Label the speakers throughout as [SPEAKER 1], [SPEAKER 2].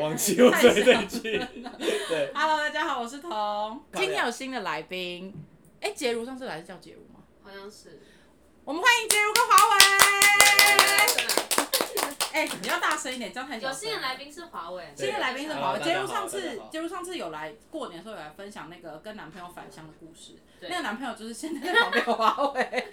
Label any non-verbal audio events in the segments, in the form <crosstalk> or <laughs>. [SPEAKER 1] 哦
[SPEAKER 2] 起，我所以对去。对，
[SPEAKER 1] Hello，大家好，我是彤。
[SPEAKER 2] 漂亮
[SPEAKER 1] 今天有新的来宾，哎、杰如上次来是叫杰如吗？
[SPEAKER 3] 好像是。
[SPEAKER 1] 我们欢迎杰如跟华为。
[SPEAKER 3] 对
[SPEAKER 1] 哎、你要大声一点，这样太小
[SPEAKER 3] 有
[SPEAKER 1] 声
[SPEAKER 3] 新人来宾是华为，
[SPEAKER 1] 今天来宾是
[SPEAKER 2] 好
[SPEAKER 1] 华为，
[SPEAKER 2] 大
[SPEAKER 1] 杰
[SPEAKER 2] 家
[SPEAKER 1] 如
[SPEAKER 2] 好
[SPEAKER 1] 上
[SPEAKER 2] 大
[SPEAKER 1] 次
[SPEAKER 2] 家好
[SPEAKER 1] 杰如上次有来过年的时候有来分享那个跟男朋友返乡的故事，
[SPEAKER 3] 对
[SPEAKER 1] 那个男朋友就是现在在旁边的华为。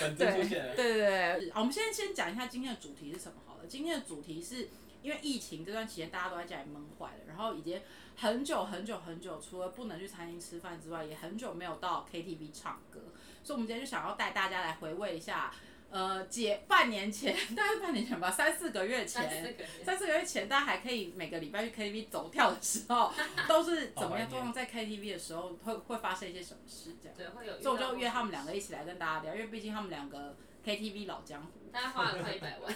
[SPEAKER 2] 本尊
[SPEAKER 1] 对
[SPEAKER 2] 出现了。
[SPEAKER 1] 对对对，好，我们现在先讲一下今天的主题是什么好了。今天的主题是因为疫情这段期间大家都在家里闷坏了，然后已经很久很久很久，除了不能去餐厅吃饭之外，也很久没有到 KTV 唱歌，所以我们今天就想要带大家来回味一下，呃，解半年前， <laughs> 大概是半年前吧，三四个月
[SPEAKER 3] 三四
[SPEAKER 1] 前。
[SPEAKER 3] 个人。
[SPEAKER 1] 三四个月前，大家还可以每个礼拜去 KTV 走跳的时候，都是怎
[SPEAKER 2] 好怀
[SPEAKER 1] 么
[SPEAKER 2] 念
[SPEAKER 1] 样？通常在 KTV 的时候会会发生一些什么事？这样。
[SPEAKER 3] 对，会有。
[SPEAKER 1] 所以我就约他们两个，一起来跟大家聊，因为毕竟他们两个 KTV 老江湖。
[SPEAKER 3] 大概花了快一百万。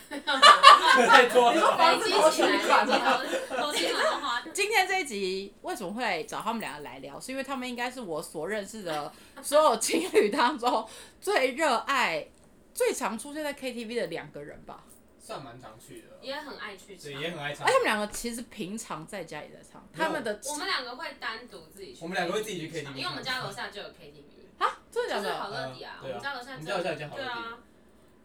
[SPEAKER 2] 太多
[SPEAKER 1] 你说
[SPEAKER 2] 了。
[SPEAKER 1] 房子投钱转吗
[SPEAKER 3] 了，投钱转花。
[SPEAKER 1] 今天这一集为什么会找他们两个来聊？是因为他们应该是我所认识的所有情侣当中最热爱、最常出现在 KTV 的两个人吧。
[SPEAKER 4] 算蛮常去的，
[SPEAKER 3] 也很爱去唱
[SPEAKER 4] 对，。也很爱唱
[SPEAKER 1] 而。他们两个其实平常在家也在唱，他们的
[SPEAKER 3] 我们两个会单独自己去。
[SPEAKER 4] 我们两个会自己去 KTV
[SPEAKER 3] 因为我们家楼下就有 KTV，
[SPEAKER 1] 啊，真的假
[SPEAKER 3] 就是好
[SPEAKER 1] 的？
[SPEAKER 3] 乐迪啊。
[SPEAKER 4] 嗯
[SPEAKER 3] 我
[SPEAKER 4] 对啊
[SPEAKER 3] 们家楼下
[SPEAKER 4] 我
[SPEAKER 3] 就
[SPEAKER 4] 们家楼下已经好乐
[SPEAKER 3] 对
[SPEAKER 4] 迪
[SPEAKER 3] 啊。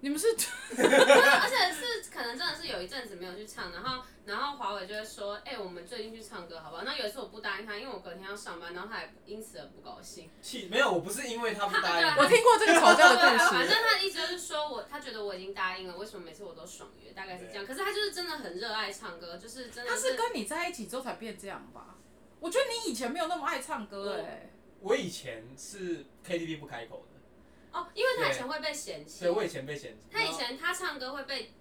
[SPEAKER 1] 你们是
[SPEAKER 3] <laughs> 而且是可能真的是有一阵子没有去唱，然后然后华为就会说，哎、我们最近去唱歌好不好？那有一次我不答应他，因为我隔天要上班，然后他也因此而不高兴。
[SPEAKER 4] 气没有，我不是因为他不答应，
[SPEAKER 1] 我听过这个吵架的
[SPEAKER 3] 对，
[SPEAKER 1] 故
[SPEAKER 3] 反
[SPEAKER 1] 事
[SPEAKER 3] 正。他的意思就是说我，他觉得我已经答应了，为什么每次我都爽约？大概是这样。可是他就是真的很热爱唱歌，就是真的
[SPEAKER 1] 他是跟你在一起之后才变这样吧？我觉得你以前没有那么爱唱歌哎、
[SPEAKER 4] 我以前是 KTV 不开口的，
[SPEAKER 3] 哦，因为他以前会被嫌弃
[SPEAKER 4] 所以，我以前被嫌弃。
[SPEAKER 3] 他以前他唱歌会被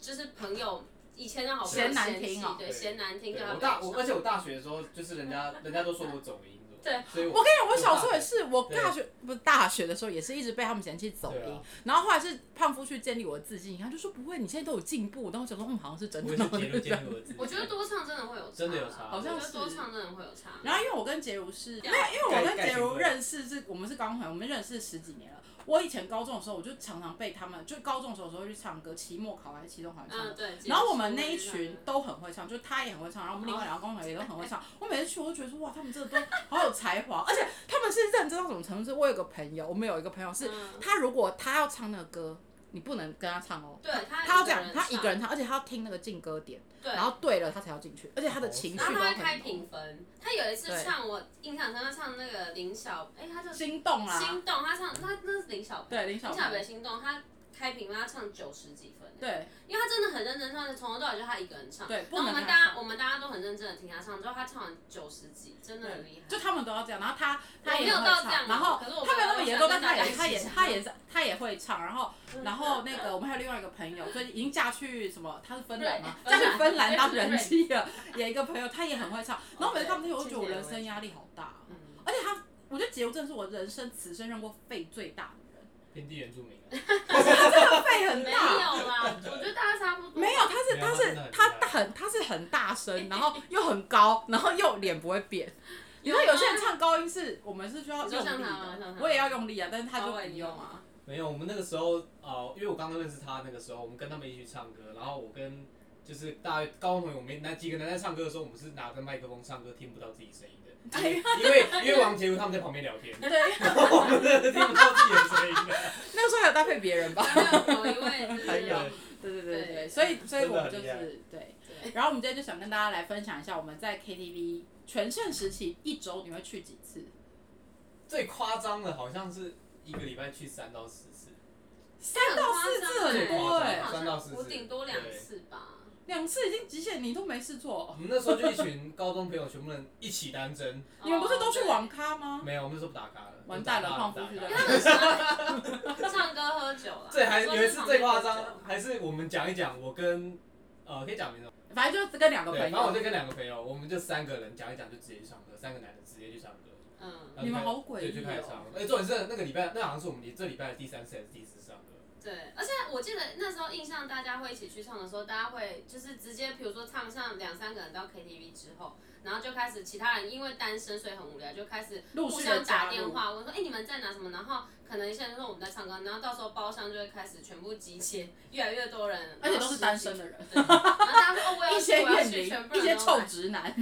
[SPEAKER 3] 就是朋友以前的好朋友
[SPEAKER 1] 嫌难
[SPEAKER 3] 嫌弃
[SPEAKER 1] 听哦
[SPEAKER 3] 对，
[SPEAKER 4] 对
[SPEAKER 3] 嫌难听，
[SPEAKER 4] 对
[SPEAKER 3] 对他
[SPEAKER 4] 我
[SPEAKER 3] 不
[SPEAKER 4] 大
[SPEAKER 3] 敢
[SPEAKER 4] 我，
[SPEAKER 3] 唱
[SPEAKER 4] 而且我大学的时候，就是人家人家都说我走音的，
[SPEAKER 3] 对，
[SPEAKER 4] 所以
[SPEAKER 1] 我
[SPEAKER 4] 我
[SPEAKER 1] 跟你讲，我小时候也是，我大学不是大学的时候也是一直被他们嫌弃走音，
[SPEAKER 4] 对啊
[SPEAKER 1] 然后后来是胖夫去建立我的自信，他就说不会，你现在都有进步。然后我想说，嗯，好像是真
[SPEAKER 4] 我
[SPEAKER 1] 的
[SPEAKER 4] 也。是节目
[SPEAKER 1] <laughs>
[SPEAKER 4] 监督我自己。
[SPEAKER 3] 我觉得多唱真的会有差，啊
[SPEAKER 4] 真的有差
[SPEAKER 1] 好像
[SPEAKER 3] 我觉
[SPEAKER 1] 是
[SPEAKER 3] 得多唱真的会有差。
[SPEAKER 1] 然后因为我跟杰如是，没
[SPEAKER 3] 对
[SPEAKER 1] 有，因为我跟
[SPEAKER 4] 盖
[SPEAKER 1] 杰如
[SPEAKER 4] 盖
[SPEAKER 1] 认识是我们是刚朋友，我们认识十几年了。我以前高中的时候，我就常常被他们，就高中的时候有时候去唱歌，期末考还是期中考还是唱歌
[SPEAKER 3] 嗯，对。
[SPEAKER 1] 然后我们那一群都很会唱，就是他也很会唱，然后我们另外两个工友也都很会唱。 <laughs> 我每次去我都觉得说哇，他们真的都好有才华，而且他们是认真到什么程度？是我有个朋友，我们有一个朋友是，
[SPEAKER 3] 嗯
[SPEAKER 1] 他如果他要唱那个歌，你不能跟他唱哦。
[SPEAKER 3] 对他
[SPEAKER 1] 他要
[SPEAKER 3] 一
[SPEAKER 1] 这
[SPEAKER 3] 个
[SPEAKER 1] 样，
[SPEAKER 3] 人
[SPEAKER 1] 他一
[SPEAKER 3] 唱
[SPEAKER 1] 个人唱，而且他要听那个进歌点，
[SPEAKER 3] 对，
[SPEAKER 1] 然后对了他才要进去，而且他的情绪
[SPEAKER 3] 然
[SPEAKER 1] 都
[SPEAKER 3] 后他会开
[SPEAKER 1] 很
[SPEAKER 3] 评分。他有一次
[SPEAKER 1] 对
[SPEAKER 3] 唱，我印象深，他唱那个林小，哎，他就是
[SPEAKER 1] 心动啊啦，
[SPEAKER 3] 心动，他唱他那是林小培，
[SPEAKER 1] 对林小
[SPEAKER 3] 林小
[SPEAKER 1] 培
[SPEAKER 3] 培心动，他开评分，他唱九十几分，欸
[SPEAKER 1] 对
[SPEAKER 3] 因为他真的很认真唱，从头到尾就他一个人唱。
[SPEAKER 1] 对，
[SPEAKER 3] 然
[SPEAKER 1] 不
[SPEAKER 3] 后我
[SPEAKER 1] 能
[SPEAKER 3] 们
[SPEAKER 1] 太
[SPEAKER 3] 大
[SPEAKER 1] 快
[SPEAKER 3] 家我们大家都很认真的听他唱，之后他唱完九十几，真的很厉害。
[SPEAKER 1] 就他们都要这样，然后他他
[SPEAKER 3] 我
[SPEAKER 1] 也
[SPEAKER 3] 没有
[SPEAKER 1] 会
[SPEAKER 3] 到
[SPEAKER 1] 唱
[SPEAKER 3] 这样
[SPEAKER 1] 然后
[SPEAKER 3] 可是我
[SPEAKER 1] 他没有那么严重，
[SPEAKER 3] 没有
[SPEAKER 1] 但他也
[SPEAKER 3] 想跟嗯大
[SPEAKER 1] 他
[SPEAKER 3] 家一
[SPEAKER 1] 也
[SPEAKER 3] 起唱
[SPEAKER 1] 他也是他也会唱，然后然后那个我们还有另外一个朋友，所以已经嫁去什么？她是芬兰吗？
[SPEAKER 3] 对
[SPEAKER 1] 嫁
[SPEAKER 3] 芬兰哦
[SPEAKER 1] 去芬兰当人妻了。有一个朋友，他也很会唱，然后每次看不听，我就觉得我
[SPEAKER 3] 对
[SPEAKER 1] 人生压力好大，
[SPEAKER 3] 嗯
[SPEAKER 1] 而且他，我觉得杰如真的是我人生此生认过肺最大的人，
[SPEAKER 3] <laughs>
[SPEAKER 4] 平地原住民啊，
[SPEAKER 1] 肺很
[SPEAKER 3] 没有
[SPEAKER 1] 大。
[SPEAKER 3] 啦，我觉得大家差不多。
[SPEAKER 1] 啊没有，他是
[SPEAKER 4] 没有
[SPEAKER 1] 他
[SPEAKER 4] 他真
[SPEAKER 1] 是
[SPEAKER 4] 的很
[SPEAKER 1] 他
[SPEAKER 4] 大
[SPEAKER 1] 大很他是很大声，然
[SPEAKER 3] <laughs>
[SPEAKER 1] 后又很高，然后又脸不会扁。你知道有些人唱高音是我们是需要
[SPEAKER 3] 你
[SPEAKER 1] 用
[SPEAKER 3] 说
[SPEAKER 1] 力
[SPEAKER 3] 啊像他吗像
[SPEAKER 1] 的
[SPEAKER 3] 他，
[SPEAKER 1] 我也要用力啊，但是他就
[SPEAKER 3] 稍
[SPEAKER 1] 不
[SPEAKER 3] 微你
[SPEAKER 1] 用
[SPEAKER 3] 有
[SPEAKER 1] 啊
[SPEAKER 3] 吗。
[SPEAKER 4] 没有，我们那个时候呃，因为我刚刚认识他那个时候，我们跟他们一起去唱歌，然后我跟就是大高中朋友，我们那几个人在唱歌的时候，我们是拿着麦克风唱歌，听不到自己声音的，
[SPEAKER 1] <laughs> 哎
[SPEAKER 4] 因为因为王杰如他们在旁边聊天，
[SPEAKER 1] 对， <laughs>
[SPEAKER 4] 然后我们真的听不到自己的声音的。
[SPEAKER 1] 那个时候还有搭配别
[SPEAKER 3] <laughs>
[SPEAKER 1] 人吧。
[SPEAKER 3] 有有一
[SPEAKER 4] <laughs>
[SPEAKER 3] 位就
[SPEAKER 1] 还
[SPEAKER 3] 是
[SPEAKER 1] 有对对对对对，所以所以我们就
[SPEAKER 4] 真的很
[SPEAKER 1] 是对，然后我们今天就想跟大家来分享一下我们在 KTV 全盛时期一周你会去几次？
[SPEAKER 4] 最夸张的好像是一个礼拜去三到四次，
[SPEAKER 1] 三到四次很多哎、
[SPEAKER 4] 对三到四次
[SPEAKER 3] 欸我顶多两次吧。
[SPEAKER 1] 两次已经极限，你都没事做
[SPEAKER 3] 哦
[SPEAKER 4] 我。们那时候就一群高中朋友，全部人一起单针，
[SPEAKER 1] 你们不是都去
[SPEAKER 3] 玩？
[SPEAKER 1] 网咖吗？
[SPEAKER 4] 没有，我们那时候不打卡了，
[SPEAKER 1] 啊完蛋了
[SPEAKER 4] 不打卡
[SPEAKER 1] 放出去
[SPEAKER 4] 不打
[SPEAKER 3] 因
[SPEAKER 4] 卡
[SPEAKER 3] 为他们喜欢唱歌喝酒啦。
[SPEAKER 4] 这还有一次最夸
[SPEAKER 3] 说是
[SPEAKER 4] 张
[SPEAKER 3] 旁，边
[SPEAKER 4] 还是我们讲一讲我跟呃可以讲名字吗
[SPEAKER 1] 反正就是跟两个
[SPEAKER 4] 对，
[SPEAKER 1] 朋
[SPEAKER 4] 然后我
[SPEAKER 1] 友。
[SPEAKER 4] 就跟两个朋友，我们就三个人讲一讲，就直接去唱歌，三个男的直接去唱歌。
[SPEAKER 3] 喝酒。嗯，
[SPEAKER 4] 然后就开
[SPEAKER 1] 你们好诡
[SPEAKER 4] 对，就
[SPEAKER 1] 异
[SPEAKER 4] 开始
[SPEAKER 1] 哦！
[SPEAKER 4] 唱。哎，重点是那个礼拜，那好像是我们这礼拜的第三次还是第四次唱歌，
[SPEAKER 3] 对，而且我记得那时候印象，大家会一起去唱的时候，大家会就是直接，比如说唱上两三个人到 KTV 之后，然后就开始其他人因为单身所以很无聊，就开始
[SPEAKER 1] 陆
[SPEAKER 3] 互
[SPEAKER 1] 续
[SPEAKER 3] 相
[SPEAKER 1] 的
[SPEAKER 3] 打
[SPEAKER 1] 加
[SPEAKER 3] 电
[SPEAKER 1] 入。
[SPEAKER 3] 话问说，哎、你们在哪什么？然后可能一些人说我们在唱歌，然后到时候包厢就会开始全部集结，越来越多人，
[SPEAKER 1] 而且哎都是单身
[SPEAKER 3] 的。
[SPEAKER 1] 的人，
[SPEAKER 3] <laughs> 然后大家说哦，我要
[SPEAKER 1] 一
[SPEAKER 3] 去，
[SPEAKER 1] 些
[SPEAKER 3] 我要
[SPEAKER 1] 怨
[SPEAKER 3] 去，
[SPEAKER 1] 灵
[SPEAKER 3] 全，部
[SPEAKER 1] 一
[SPEAKER 3] 人
[SPEAKER 1] 些
[SPEAKER 3] 都
[SPEAKER 1] 臭
[SPEAKER 3] 来。
[SPEAKER 1] 直男。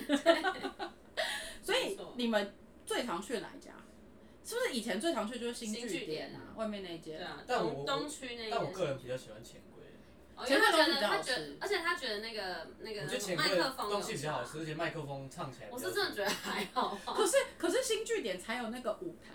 [SPEAKER 1] 所
[SPEAKER 3] 没
[SPEAKER 1] 以
[SPEAKER 3] 错
[SPEAKER 1] 你们最常去的哪一家？是不是以前最常去就是新
[SPEAKER 3] 新
[SPEAKER 1] 据点
[SPEAKER 3] 据点啊
[SPEAKER 1] 啊，外面那一
[SPEAKER 3] 对
[SPEAKER 1] 间？
[SPEAKER 3] 啊，
[SPEAKER 4] 但我
[SPEAKER 3] 东东区那一
[SPEAKER 4] 但我
[SPEAKER 3] 边
[SPEAKER 4] 个
[SPEAKER 3] 是，
[SPEAKER 4] 人比较喜欢钱柜，
[SPEAKER 3] 哦因为他
[SPEAKER 1] 前面东西比
[SPEAKER 3] 觉得
[SPEAKER 1] 较
[SPEAKER 3] 他
[SPEAKER 1] 好
[SPEAKER 3] 觉得
[SPEAKER 1] 吃，
[SPEAKER 3] 而且他觉得那个那
[SPEAKER 4] 我觉得
[SPEAKER 3] 个
[SPEAKER 4] 钱
[SPEAKER 3] 麦
[SPEAKER 4] 柜
[SPEAKER 3] 克
[SPEAKER 4] 东
[SPEAKER 3] 风有
[SPEAKER 4] 西比较好
[SPEAKER 3] 差
[SPEAKER 4] 吃，而且麦克风唱起来比较
[SPEAKER 3] 我
[SPEAKER 4] 舒服。
[SPEAKER 3] 是真的觉得还好。
[SPEAKER 4] <laughs>
[SPEAKER 1] 可是可是新据点才有那个舞台，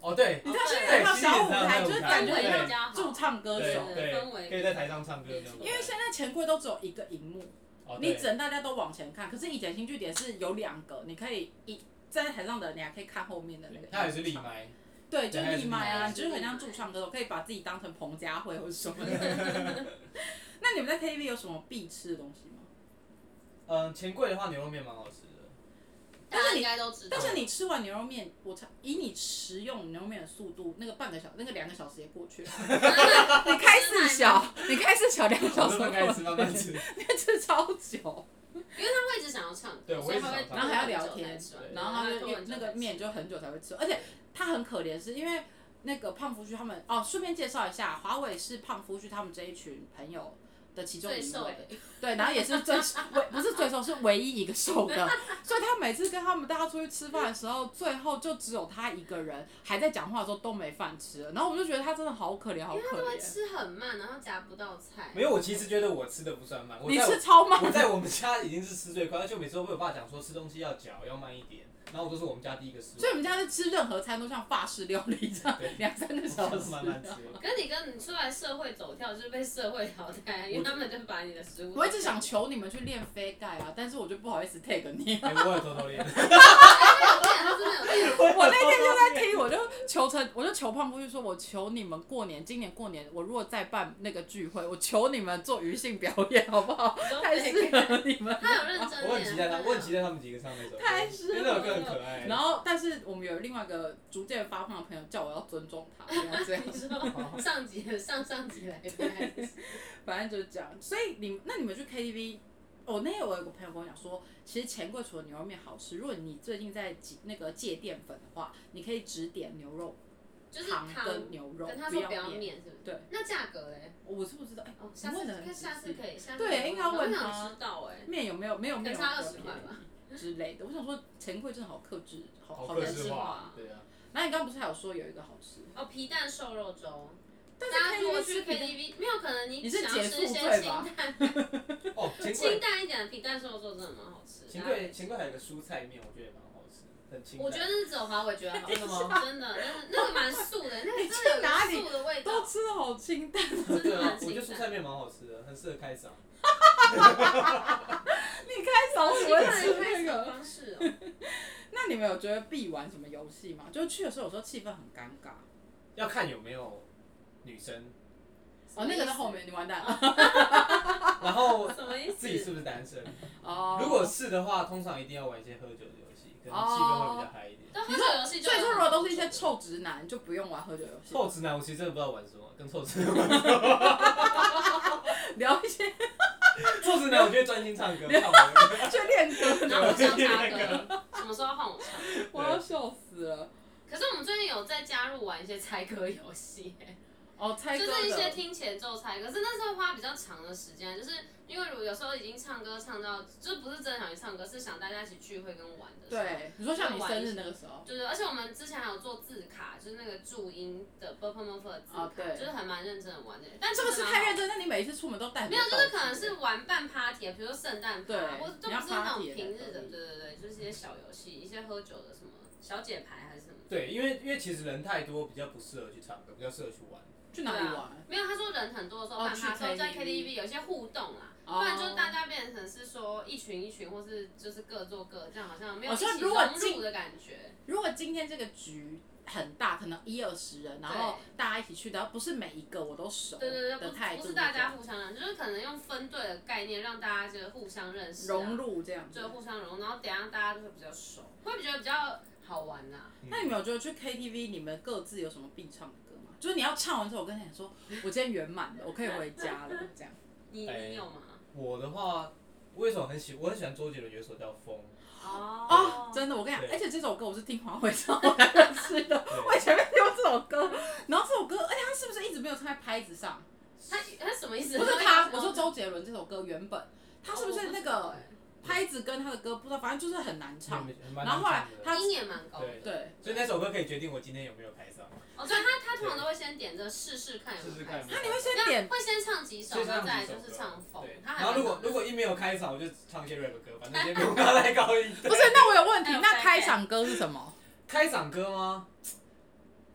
[SPEAKER 4] 哦，对，
[SPEAKER 1] 你
[SPEAKER 3] 哦
[SPEAKER 1] 看新
[SPEAKER 3] 对
[SPEAKER 1] 据点
[SPEAKER 4] 对
[SPEAKER 1] 有
[SPEAKER 4] 新
[SPEAKER 1] 小
[SPEAKER 4] 据
[SPEAKER 1] 舞
[SPEAKER 4] 点才
[SPEAKER 1] 台，
[SPEAKER 4] 有
[SPEAKER 1] 就是
[SPEAKER 4] 舞台
[SPEAKER 1] 感觉
[SPEAKER 4] 对
[SPEAKER 1] 很
[SPEAKER 3] 比
[SPEAKER 1] 像
[SPEAKER 3] 较好
[SPEAKER 1] 驻唱歌
[SPEAKER 4] 对
[SPEAKER 1] 手。
[SPEAKER 3] 氛围
[SPEAKER 4] 对，可以在台上唱歌这样子。
[SPEAKER 1] 因为现在钱柜都只有一个荧幕，
[SPEAKER 4] 哦
[SPEAKER 1] 你
[SPEAKER 4] 对
[SPEAKER 1] 只能大家都往前看。可是以前新据点是有两个，你可以一站在台上的人，你还可以看后面的那个。
[SPEAKER 4] 它也是立
[SPEAKER 3] <laughs>
[SPEAKER 4] 麦，
[SPEAKER 1] 对，就
[SPEAKER 4] 对
[SPEAKER 1] 是
[SPEAKER 4] 还
[SPEAKER 1] 义
[SPEAKER 4] 是
[SPEAKER 1] 卖啊，
[SPEAKER 4] 义卖
[SPEAKER 1] 你就是很像驻唱歌手，可以把自己当成彭佳慧或者什么的。
[SPEAKER 4] <laughs>
[SPEAKER 1] 那你们在 KTV 有什么必吃的东西吗？
[SPEAKER 4] 嗯，钱柜的话牛肉面蛮好吃的。
[SPEAKER 1] 但是
[SPEAKER 3] 大家
[SPEAKER 1] 你
[SPEAKER 3] 应该都知
[SPEAKER 4] <laughs>
[SPEAKER 3] 道
[SPEAKER 1] 但。是你吃完牛肉面，我才以你食用牛肉面的速度，那个半个小那个两个小时也过去了。你开四小，你开四小，两个小
[SPEAKER 4] 我
[SPEAKER 1] 时
[SPEAKER 4] 是
[SPEAKER 1] 过
[SPEAKER 4] 分开吃，
[SPEAKER 1] 去，
[SPEAKER 4] 慢慢吃。 <laughs>
[SPEAKER 1] 你吃超久，
[SPEAKER 3] 因为他会一直想要唱歌，
[SPEAKER 4] 对我
[SPEAKER 3] 所
[SPEAKER 4] 一
[SPEAKER 3] 以
[SPEAKER 4] 直
[SPEAKER 3] 他会
[SPEAKER 4] 想唱
[SPEAKER 3] 拖
[SPEAKER 1] 然后还要
[SPEAKER 3] 很久
[SPEAKER 1] 聊
[SPEAKER 3] 才
[SPEAKER 1] 天
[SPEAKER 3] 吃完，
[SPEAKER 1] 然后他就
[SPEAKER 3] 会拖很
[SPEAKER 1] 面
[SPEAKER 3] 久
[SPEAKER 1] 那
[SPEAKER 3] 才
[SPEAKER 1] 个
[SPEAKER 3] 吃
[SPEAKER 1] 面就很久才会吃，而且他很可怜，是因为那个胖夫婿他们哦，顺便介绍一下，华为是胖夫婿他们这一群朋友的其中一
[SPEAKER 3] 最
[SPEAKER 1] 位，
[SPEAKER 3] 瘦的，
[SPEAKER 1] 对，然后也是最唯不是最瘦，是唯一一个瘦的，所以他每次跟他们大家出去吃饭的时候，最后就只有他一个人还在讲话的时候都没饭吃了，然后我就觉得他真的好可怜，好
[SPEAKER 3] 因为他
[SPEAKER 1] 可
[SPEAKER 3] 都会
[SPEAKER 1] 怜。
[SPEAKER 3] 吃很慢，然后夹不到菜。
[SPEAKER 4] 没有，我其实觉得我吃的不算慢，我
[SPEAKER 1] 你
[SPEAKER 4] 在
[SPEAKER 1] 吃超慢
[SPEAKER 4] 我，在我们家已经是吃最快，而且每次都被我爸讲说吃东西要嚼，要慢一点，然后我都是我们家第一个吃完。
[SPEAKER 1] 所以我们家就吃任何餐都像法式料理这样
[SPEAKER 4] 对，
[SPEAKER 1] 两三个小时。
[SPEAKER 4] 慢慢吃。
[SPEAKER 3] 可是你跟你出来社会走跳，就是被社会淘汰，因为他们就把你的食物。
[SPEAKER 1] 我一直想，求你们去练飞盖啊，但是我就不好意思 take 你。
[SPEAKER 4] 哎，我有偷偷练。
[SPEAKER 3] 他真的有练，
[SPEAKER 1] 我那天就在听，我就求成，我就求胖夫婿说，我求你们过年，今年过年我如果再办那个聚会，我求你们做鱼性表演好不好？太适合你们。
[SPEAKER 3] 他有认真欸练。
[SPEAKER 4] 我很期待他，我很期
[SPEAKER 3] 待。
[SPEAKER 4] 待他们几个唱
[SPEAKER 3] <laughs>
[SPEAKER 4] 那首歌，
[SPEAKER 1] 太适合
[SPEAKER 4] 因为那首歌很可
[SPEAKER 3] 哎
[SPEAKER 4] 爱。
[SPEAKER 1] 然后，但是我们有另外一个逐渐发胖的朋友叫我要尊重他，不要
[SPEAKER 3] <laughs>
[SPEAKER 1] 这样。
[SPEAKER 3] 你说上集的上上集来的，
[SPEAKER 1] 反正就是这样。所以你那你们去 KTV，哦，那天我有个朋友跟我讲说，其实钱柜除了牛肉面好吃，如果你最近在忌那个戒淀粉的话，你可以只点牛肉
[SPEAKER 3] 就是
[SPEAKER 1] 糖
[SPEAKER 3] 糖
[SPEAKER 1] 跟牛肉，
[SPEAKER 3] 跟他说不要
[SPEAKER 1] 要面。
[SPEAKER 3] 面，是不是？
[SPEAKER 1] 对，
[SPEAKER 3] 那价格嘞？
[SPEAKER 1] 我是不知道，哎、
[SPEAKER 3] 哦，
[SPEAKER 1] 你
[SPEAKER 3] 下
[SPEAKER 1] 问
[SPEAKER 3] 次
[SPEAKER 1] 得很
[SPEAKER 3] 看
[SPEAKER 1] 仔
[SPEAKER 3] 下次
[SPEAKER 1] 细
[SPEAKER 3] 可以，下次
[SPEAKER 1] 对
[SPEAKER 3] 可以
[SPEAKER 1] 应该问
[SPEAKER 3] 我
[SPEAKER 1] 他
[SPEAKER 3] 想知道哎，
[SPEAKER 1] 面有没有没有
[SPEAKER 3] 可
[SPEAKER 1] 面
[SPEAKER 3] 能
[SPEAKER 1] 有
[SPEAKER 3] 差
[SPEAKER 1] 比
[SPEAKER 3] 二
[SPEAKER 1] 较
[SPEAKER 3] 十块
[SPEAKER 1] 便宜
[SPEAKER 3] 吧。
[SPEAKER 1] 之类的。我想说钱柜真的好克制，好
[SPEAKER 4] 好
[SPEAKER 1] 好
[SPEAKER 4] 克
[SPEAKER 1] 难吃
[SPEAKER 4] 制
[SPEAKER 3] 制
[SPEAKER 1] 化。
[SPEAKER 4] 化
[SPEAKER 3] 化，
[SPEAKER 4] 对啊，
[SPEAKER 1] 然后你刚刚不是还有说有一个好吃？
[SPEAKER 3] 哦，皮蛋瘦肉粥。
[SPEAKER 1] 但是
[SPEAKER 3] 大家如果
[SPEAKER 1] KTV
[SPEAKER 3] 去
[SPEAKER 1] 吃皮蛋
[SPEAKER 3] KTV，没有可能
[SPEAKER 1] 你
[SPEAKER 3] 你
[SPEAKER 1] 是
[SPEAKER 3] 想
[SPEAKER 1] 解
[SPEAKER 3] 要吃一
[SPEAKER 1] 宿
[SPEAKER 3] 些
[SPEAKER 1] 醉
[SPEAKER 3] 清
[SPEAKER 1] 吧
[SPEAKER 3] 淡
[SPEAKER 4] 哦，钱
[SPEAKER 3] 清
[SPEAKER 4] 柜，
[SPEAKER 3] 淡一点的皮蛋瘦肉粥真的蛮好吃。
[SPEAKER 4] 钱柜，钱柜还有一个蔬菜面，我觉得也蛮好吃，很清淡。
[SPEAKER 3] 我觉得那是只有华为觉
[SPEAKER 1] <laughs>
[SPEAKER 3] 得好吃，
[SPEAKER 4] 真的吗
[SPEAKER 3] 真的，那是那个蛮素的，那
[SPEAKER 1] 你
[SPEAKER 3] 个
[SPEAKER 1] 去
[SPEAKER 3] 真的有
[SPEAKER 1] 哪里
[SPEAKER 3] 个素的味
[SPEAKER 1] 都
[SPEAKER 3] 道，
[SPEAKER 1] 吃的好清淡，
[SPEAKER 3] 真
[SPEAKER 4] 对
[SPEAKER 3] 的
[SPEAKER 4] 啊我
[SPEAKER 3] 蛮，
[SPEAKER 4] 觉
[SPEAKER 3] 清
[SPEAKER 4] 得蔬
[SPEAKER 3] 淡。
[SPEAKER 4] 菜面蛮好吃的，很适合开嗓。
[SPEAKER 1] 你开勺
[SPEAKER 3] 奇
[SPEAKER 1] 子我
[SPEAKER 3] 怪
[SPEAKER 1] 会
[SPEAKER 3] 的
[SPEAKER 1] 吃
[SPEAKER 3] 开
[SPEAKER 1] 那
[SPEAKER 3] 场
[SPEAKER 1] 个。
[SPEAKER 3] 方式哦，
[SPEAKER 1] 那你们有觉得必玩什么游戏吗？就是去的时候，有时候气氛很尴尬。
[SPEAKER 4] 要看有没有女生，
[SPEAKER 1] <laughs> 哦，那个在后面，你完蛋了。
[SPEAKER 4] 然后
[SPEAKER 3] 什么意思？
[SPEAKER 4] 自己是不是单身？
[SPEAKER 1] 哦，
[SPEAKER 4] 如果是的话，通常一定要玩一些喝酒的游戏，可能气氛
[SPEAKER 3] 哦
[SPEAKER 4] 会比较嗨一点。
[SPEAKER 3] 但喝酒游戏就
[SPEAKER 1] 所以说，如果都是一些臭直男，就不用玩喝酒游 <laughs> 戏，
[SPEAKER 4] 臭直男，我其实真的不知道玩什么，跟臭直
[SPEAKER 3] <laughs>
[SPEAKER 4] 男玩。
[SPEAKER 1] 聊一些
[SPEAKER 4] 臭直男，我觉得专心唱
[SPEAKER 3] <laughs>
[SPEAKER 4] 歌，看我。
[SPEAKER 1] 去练歌。
[SPEAKER 3] 然后我
[SPEAKER 1] <laughs>
[SPEAKER 3] 唱他歌，什么时候换我唱？
[SPEAKER 1] 我要笑死了。
[SPEAKER 3] 可是我们最近有在加入玩一些猜歌游戏，
[SPEAKER 1] 哦， <laughs> 猜
[SPEAKER 3] 就
[SPEAKER 1] 歌
[SPEAKER 3] 是一些
[SPEAKER 1] 的。
[SPEAKER 3] 听前奏猜歌，可是那时候花比较长的时间，就是因为有时候已经唱歌唱到，就不是真的想去唱歌，是想大家一起聚会跟玩的时候。
[SPEAKER 1] 对，你说像你生日那个时候，
[SPEAKER 3] 就是，而且我们之前还有做字卡，就是那个注音的 b u r p l e m o f 的字卡，
[SPEAKER 1] 啊对
[SPEAKER 3] 就是还蛮认真的玩的。但
[SPEAKER 1] 但这个是太认
[SPEAKER 3] 真，
[SPEAKER 1] 真，那你每一次出门都带很
[SPEAKER 3] 没
[SPEAKER 1] 多
[SPEAKER 3] 有，
[SPEAKER 1] 道具
[SPEAKER 3] 就是可能是玩办 party，比如说圣诞趴
[SPEAKER 1] 对，
[SPEAKER 3] 或者都
[SPEAKER 1] 你要
[SPEAKER 3] 不是那种
[SPEAKER 1] party 也
[SPEAKER 3] 平日的，
[SPEAKER 1] 可
[SPEAKER 3] 对
[SPEAKER 1] 以
[SPEAKER 3] 对对，就是一些小游戏，一些喝酒的什么小姐牌还是什么。
[SPEAKER 4] 对，因为因为其实人太多，比较不适合去唱歌，比较适合去玩。
[SPEAKER 1] 去哪里
[SPEAKER 3] 对啊
[SPEAKER 1] 玩？
[SPEAKER 3] 没有，他说人很多的时候
[SPEAKER 1] 哦
[SPEAKER 3] 办趴的时候
[SPEAKER 1] 去
[SPEAKER 3] 在
[SPEAKER 1] KTV
[SPEAKER 3] KTV 有一些互动啦，
[SPEAKER 1] 哦
[SPEAKER 3] 不然就大家变成是说一群一群，或是就是各做各，这样好像没有
[SPEAKER 1] 哦
[SPEAKER 3] 一
[SPEAKER 1] 所以
[SPEAKER 3] 起
[SPEAKER 1] 如果
[SPEAKER 3] 融
[SPEAKER 1] 进
[SPEAKER 3] 入的感觉。
[SPEAKER 1] 如果今天这个局很大，可能一二十人，然后大家一起去的，然后不是每一个我都熟
[SPEAKER 3] 对对对，
[SPEAKER 1] 的
[SPEAKER 3] 不
[SPEAKER 1] 态
[SPEAKER 3] 是
[SPEAKER 1] 度，
[SPEAKER 3] 不是大家互相认，就是可能用分队的概念让大家就是互相认识啊、
[SPEAKER 1] 融入这样子
[SPEAKER 3] 就。互相融，然后等一下大家就会比较熟，会比较比较好玩呐、啊
[SPEAKER 4] 嗯
[SPEAKER 1] 那你们有觉得去 KTV 你们各自有什么必唱的歌吗？就是你要唱完之后，我跟你讲
[SPEAKER 3] <laughs>
[SPEAKER 1] 说，我今天圆满了，我可以回家了，这样。
[SPEAKER 3] 你
[SPEAKER 4] 哎
[SPEAKER 3] 你有吗？
[SPEAKER 4] 我的话，我有一首很喜，我很喜欢周杰伦有一首叫《风》，
[SPEAKER 1] 哦
[SPEAKER 3] 哦，
[SPEAKER 1] 真的，我跟你讲，
[SPEAKER 4] 对
[SPEAKER 1] 而且这首歌我是听黄伟唱我才认识的，
[SPEAKER 4] 对
[SPEAKER 1] 我以前没听过这首歌。然后这首歌，而且他是不是一直没有唱在拍子上？
[SPEAKER 3] 他他什么意思？
[SPEAKER 1] 不是他，我说周杰伦这首歌原本他是不是那
[SPEAKER 3] 哦
[SPEAKER 1] 个拍子跟他的歌不知道，反正就是很难唱。
[SPEAKER 4] 蛮
[SPEAKER 1] 然后后来
[SPEAKER 4] 难唱的
[SPEAKER 1] 他
[SPEAKER 3] 音也蛮高的。
[SPEAKER 4] 对，
[SPEAKER 1] 对，
[SPEAKER 4] 所以那首歌可以决定我今天有没有开上，
[SPEAKER 3] 哦，所以他他通常都会先点着试试看有
[SPEAKER 4] 试
[SPEAKER 3] 没
[SPEAKER 4] 试
[SPEAKER 3] 有
[SPEAKER 4] 看有
[SPEAKER 3] 开始
[SPEAKER 4] 没有
[SPEAKER 1] 那你
[SPEAKER 4] 开
[SPEAKER 1] 会
[SPEAKER 4] 上。
[SPEAKER 1] 先点
[SPEAKER 3] 会先唱几首，
[SPEAKER 4] 所以
[SPEAKER 3] 然
[SPEAKER 4] 唱
[SPEAKER 3] 后再
[SPEAKER 4] 几
[SPEAKER 3] 来
[SPEAKER 4] 首
[SPEAKER 3] 就
[SPEAKER 4] 歌
[SPEAKER 3] 是唱风
[SPEAKER 4] 对。
[SPEAKER 3] 他还
[SPEAKER 4] 然后
[SPEAKER 3] 没
[SPEAKER 4] 如果
[SPEAKER 3] 唱
[SPEAKER 4] 如果一没有开场，我就唱一些 rap 歌，反正今天没有拉太高音。
[SPEAKER 1] 不是，那我有问题
[SPEAKER 3] 还，有
[SPEAKER 1] 那
[SPEAKER 3] 白
[SPEAKER 1] 开
[SPEAKER 3] 费
[SPEAKER 1] 场歌是什么？
[SPEAKER 4] 开场歌吗？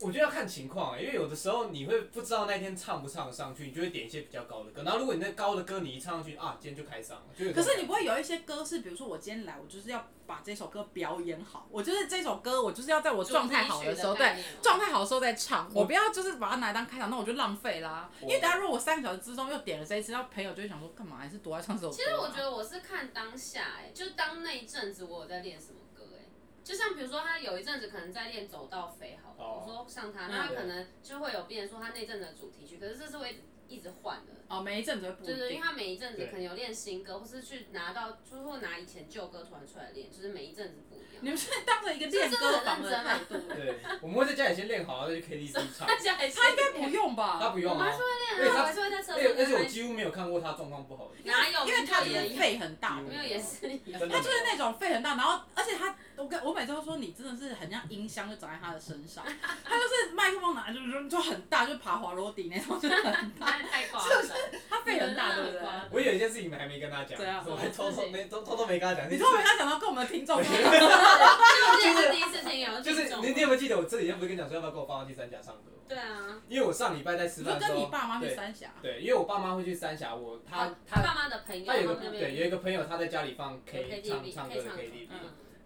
[SPEAKER 4] 我觉得要看情况、因为有的时候你会不知道那天唱不唱得上去，你就会点一些比较高的歌。然后如果你那高的歌你一唱上去啊，今天就开上了。就有这
[SPEAKER 1] 可
[SPEAKER 4] 种
[SPEAKER 1] 是
[SPEAKER 4] 感
[SPEAKER 1] 你不会有一些歌是，比如说我今天来，我就是要把这首歌表演好，我就是这首歌，我就是要在我状态好的时候，
[SPEAKER 3] 主题曲的概
[SPEAKER 1] 对
[SPEAKER 3] 念哦，
[SPEAKER 1] 状态好的时候再唱，我不要就是把它拿来当开场，那我就浪费啦。因为等下如果我三个小时之中又点了这一次，那朋友就会想说干嘛，还是躲在唱这首歌啊、
[SPEAKER 3] 其实我觉得我是看当下、哎，就当那一阵子我有在练什么歌、哎，就像比如说他有一阵子可能在练《走到飞》好了，
[SPEAKER 4] 哦
[SPEAKER 3] 我说像他，
[SPEAKER 1] 嗯
[SPEAKER 3] 那他可能就会有变成说他那阵子的主题曲，可是这是会一直换的。
[SPEAKER 1] 哦，每一阵子会不一
[SPEAKER 3] 对对，因
[SPEAKER 1] 定。
[SPEAKER 3] 为他每一阵子
[SPEAKER 4] 对
[SPEAKER 3] 可能有练新歌，或是去拿到，就是或拿以前旧歌突然出来练，就是每一阵子不一样。
[SPEAKER 1] 你们是当成一个练歌房的态度，
[SPEAKER 4] 觉对，我们会在家里先练好，然后再去 KTV 唱。
[SPEAKER 3] 大家还是
[SPEAKER 1] 他应该不用
[SPEAKER 4] 他
[SPEAKER 1] 吧？
[SPEAKER 4] 不用
[SPEAKER 3] 我
[SPEAKER 4] 啊
[SPEAKER 3] 还是，会
[SPEAKER 4] 因为
[SPEAKER 3] 练啊，
[SPEAKER 4] 他
[SPEAKER 3] 我还是会在车
[SPEAKER 4] 而且
[SPEAKER 3] 上
[SPEAKER 4] 而且我
[SPEAKER 3] 练。
[SPEAKER 4] 几乎没有看过他状况不好的。
[SPEAKER 3] 哪有？
[SPEAKER 1] 因为他
[SPEAKER 3] 没
[SPEAKER 1] 就
[SPEAKER 3] 有
[SPEAKER 1] 是肺很大，
[SPEAKER 3] 没有也是一样
[SPEAKER 4] 真的
[SPEAKER 1] 他就是那种肺很大，然后而且他，我跟我每次都说你真的是很像音箱就长在他的
[SPEAKER 4] <laughs>
[SPEAKER 1] 身上，他就是麦克风拿就就就很大，就爬滑落地那种，
[SPEAKER 4] <laughs>
[SPEAKER 1] 就很大，
[SPEAKER 3] 太夸张
[SPEAKER 1] <laughs>
[SPEAKER 3] 了，
[SPEAKER 1] 他肺很大，对不对？
[SPEAKER 4] 我有一件事情还没跟他讲，
[SPEAKER 1] 怎样
[SPEAKER 4] 我还偷偷没偷偷偷没跟他讲。
[SPEAKER 1] 你
[SPEAKER 4] 那
[SPEAKER 1] 突然他讲到跟我们的听众说，
[SPEAKER 3] 这个是第一次听，有
[SPEAKER 4] 就是
[SPEAKER 3] 听众
[SPEAKER 4] 你你有没有记得我这几天不是跟你讲说要不要跟我爸妈去三峡唱歌？
[SPEAKER 3] 对啊，
[SPEAKER 4] 因为我上礼拜在吃
[SPEAKER 1] 你
[SPEAKER 4] 饭的
[SPEAKER 1] 说
[SPEAKER 4] 时
[SPEAKER 1] 跟
[SPEAKER 4] 候，
[SPEAKER 1] 你爸妈去
[SPEAKER 4] 啊对
[SPEAKER 1] 三峡，
[SPEAKER 4] 对，因为我爸妈会去三峡，我他
[SPEAKER 3] 他
[SPEAKER 4] 他
[SPEAKER 3] 爸妈的朋友
[SPEAKER 4] 他有一个
[SPEAKER 3] 他们那
[SPEAKER 4] 对
[SPEAKER 3] 边
[SPEAKER 4] 有一个朋友，他在家里放 K 唱
[SPEAKER 3] KTV
[SPEAKER 4] 唱歌
[SPEAKER 3] 以
[SPEAKER 4] 的
[SPEAKER 3] 唱
[SPEAKER 4] KTV，
[SPEAKER 3] 嗯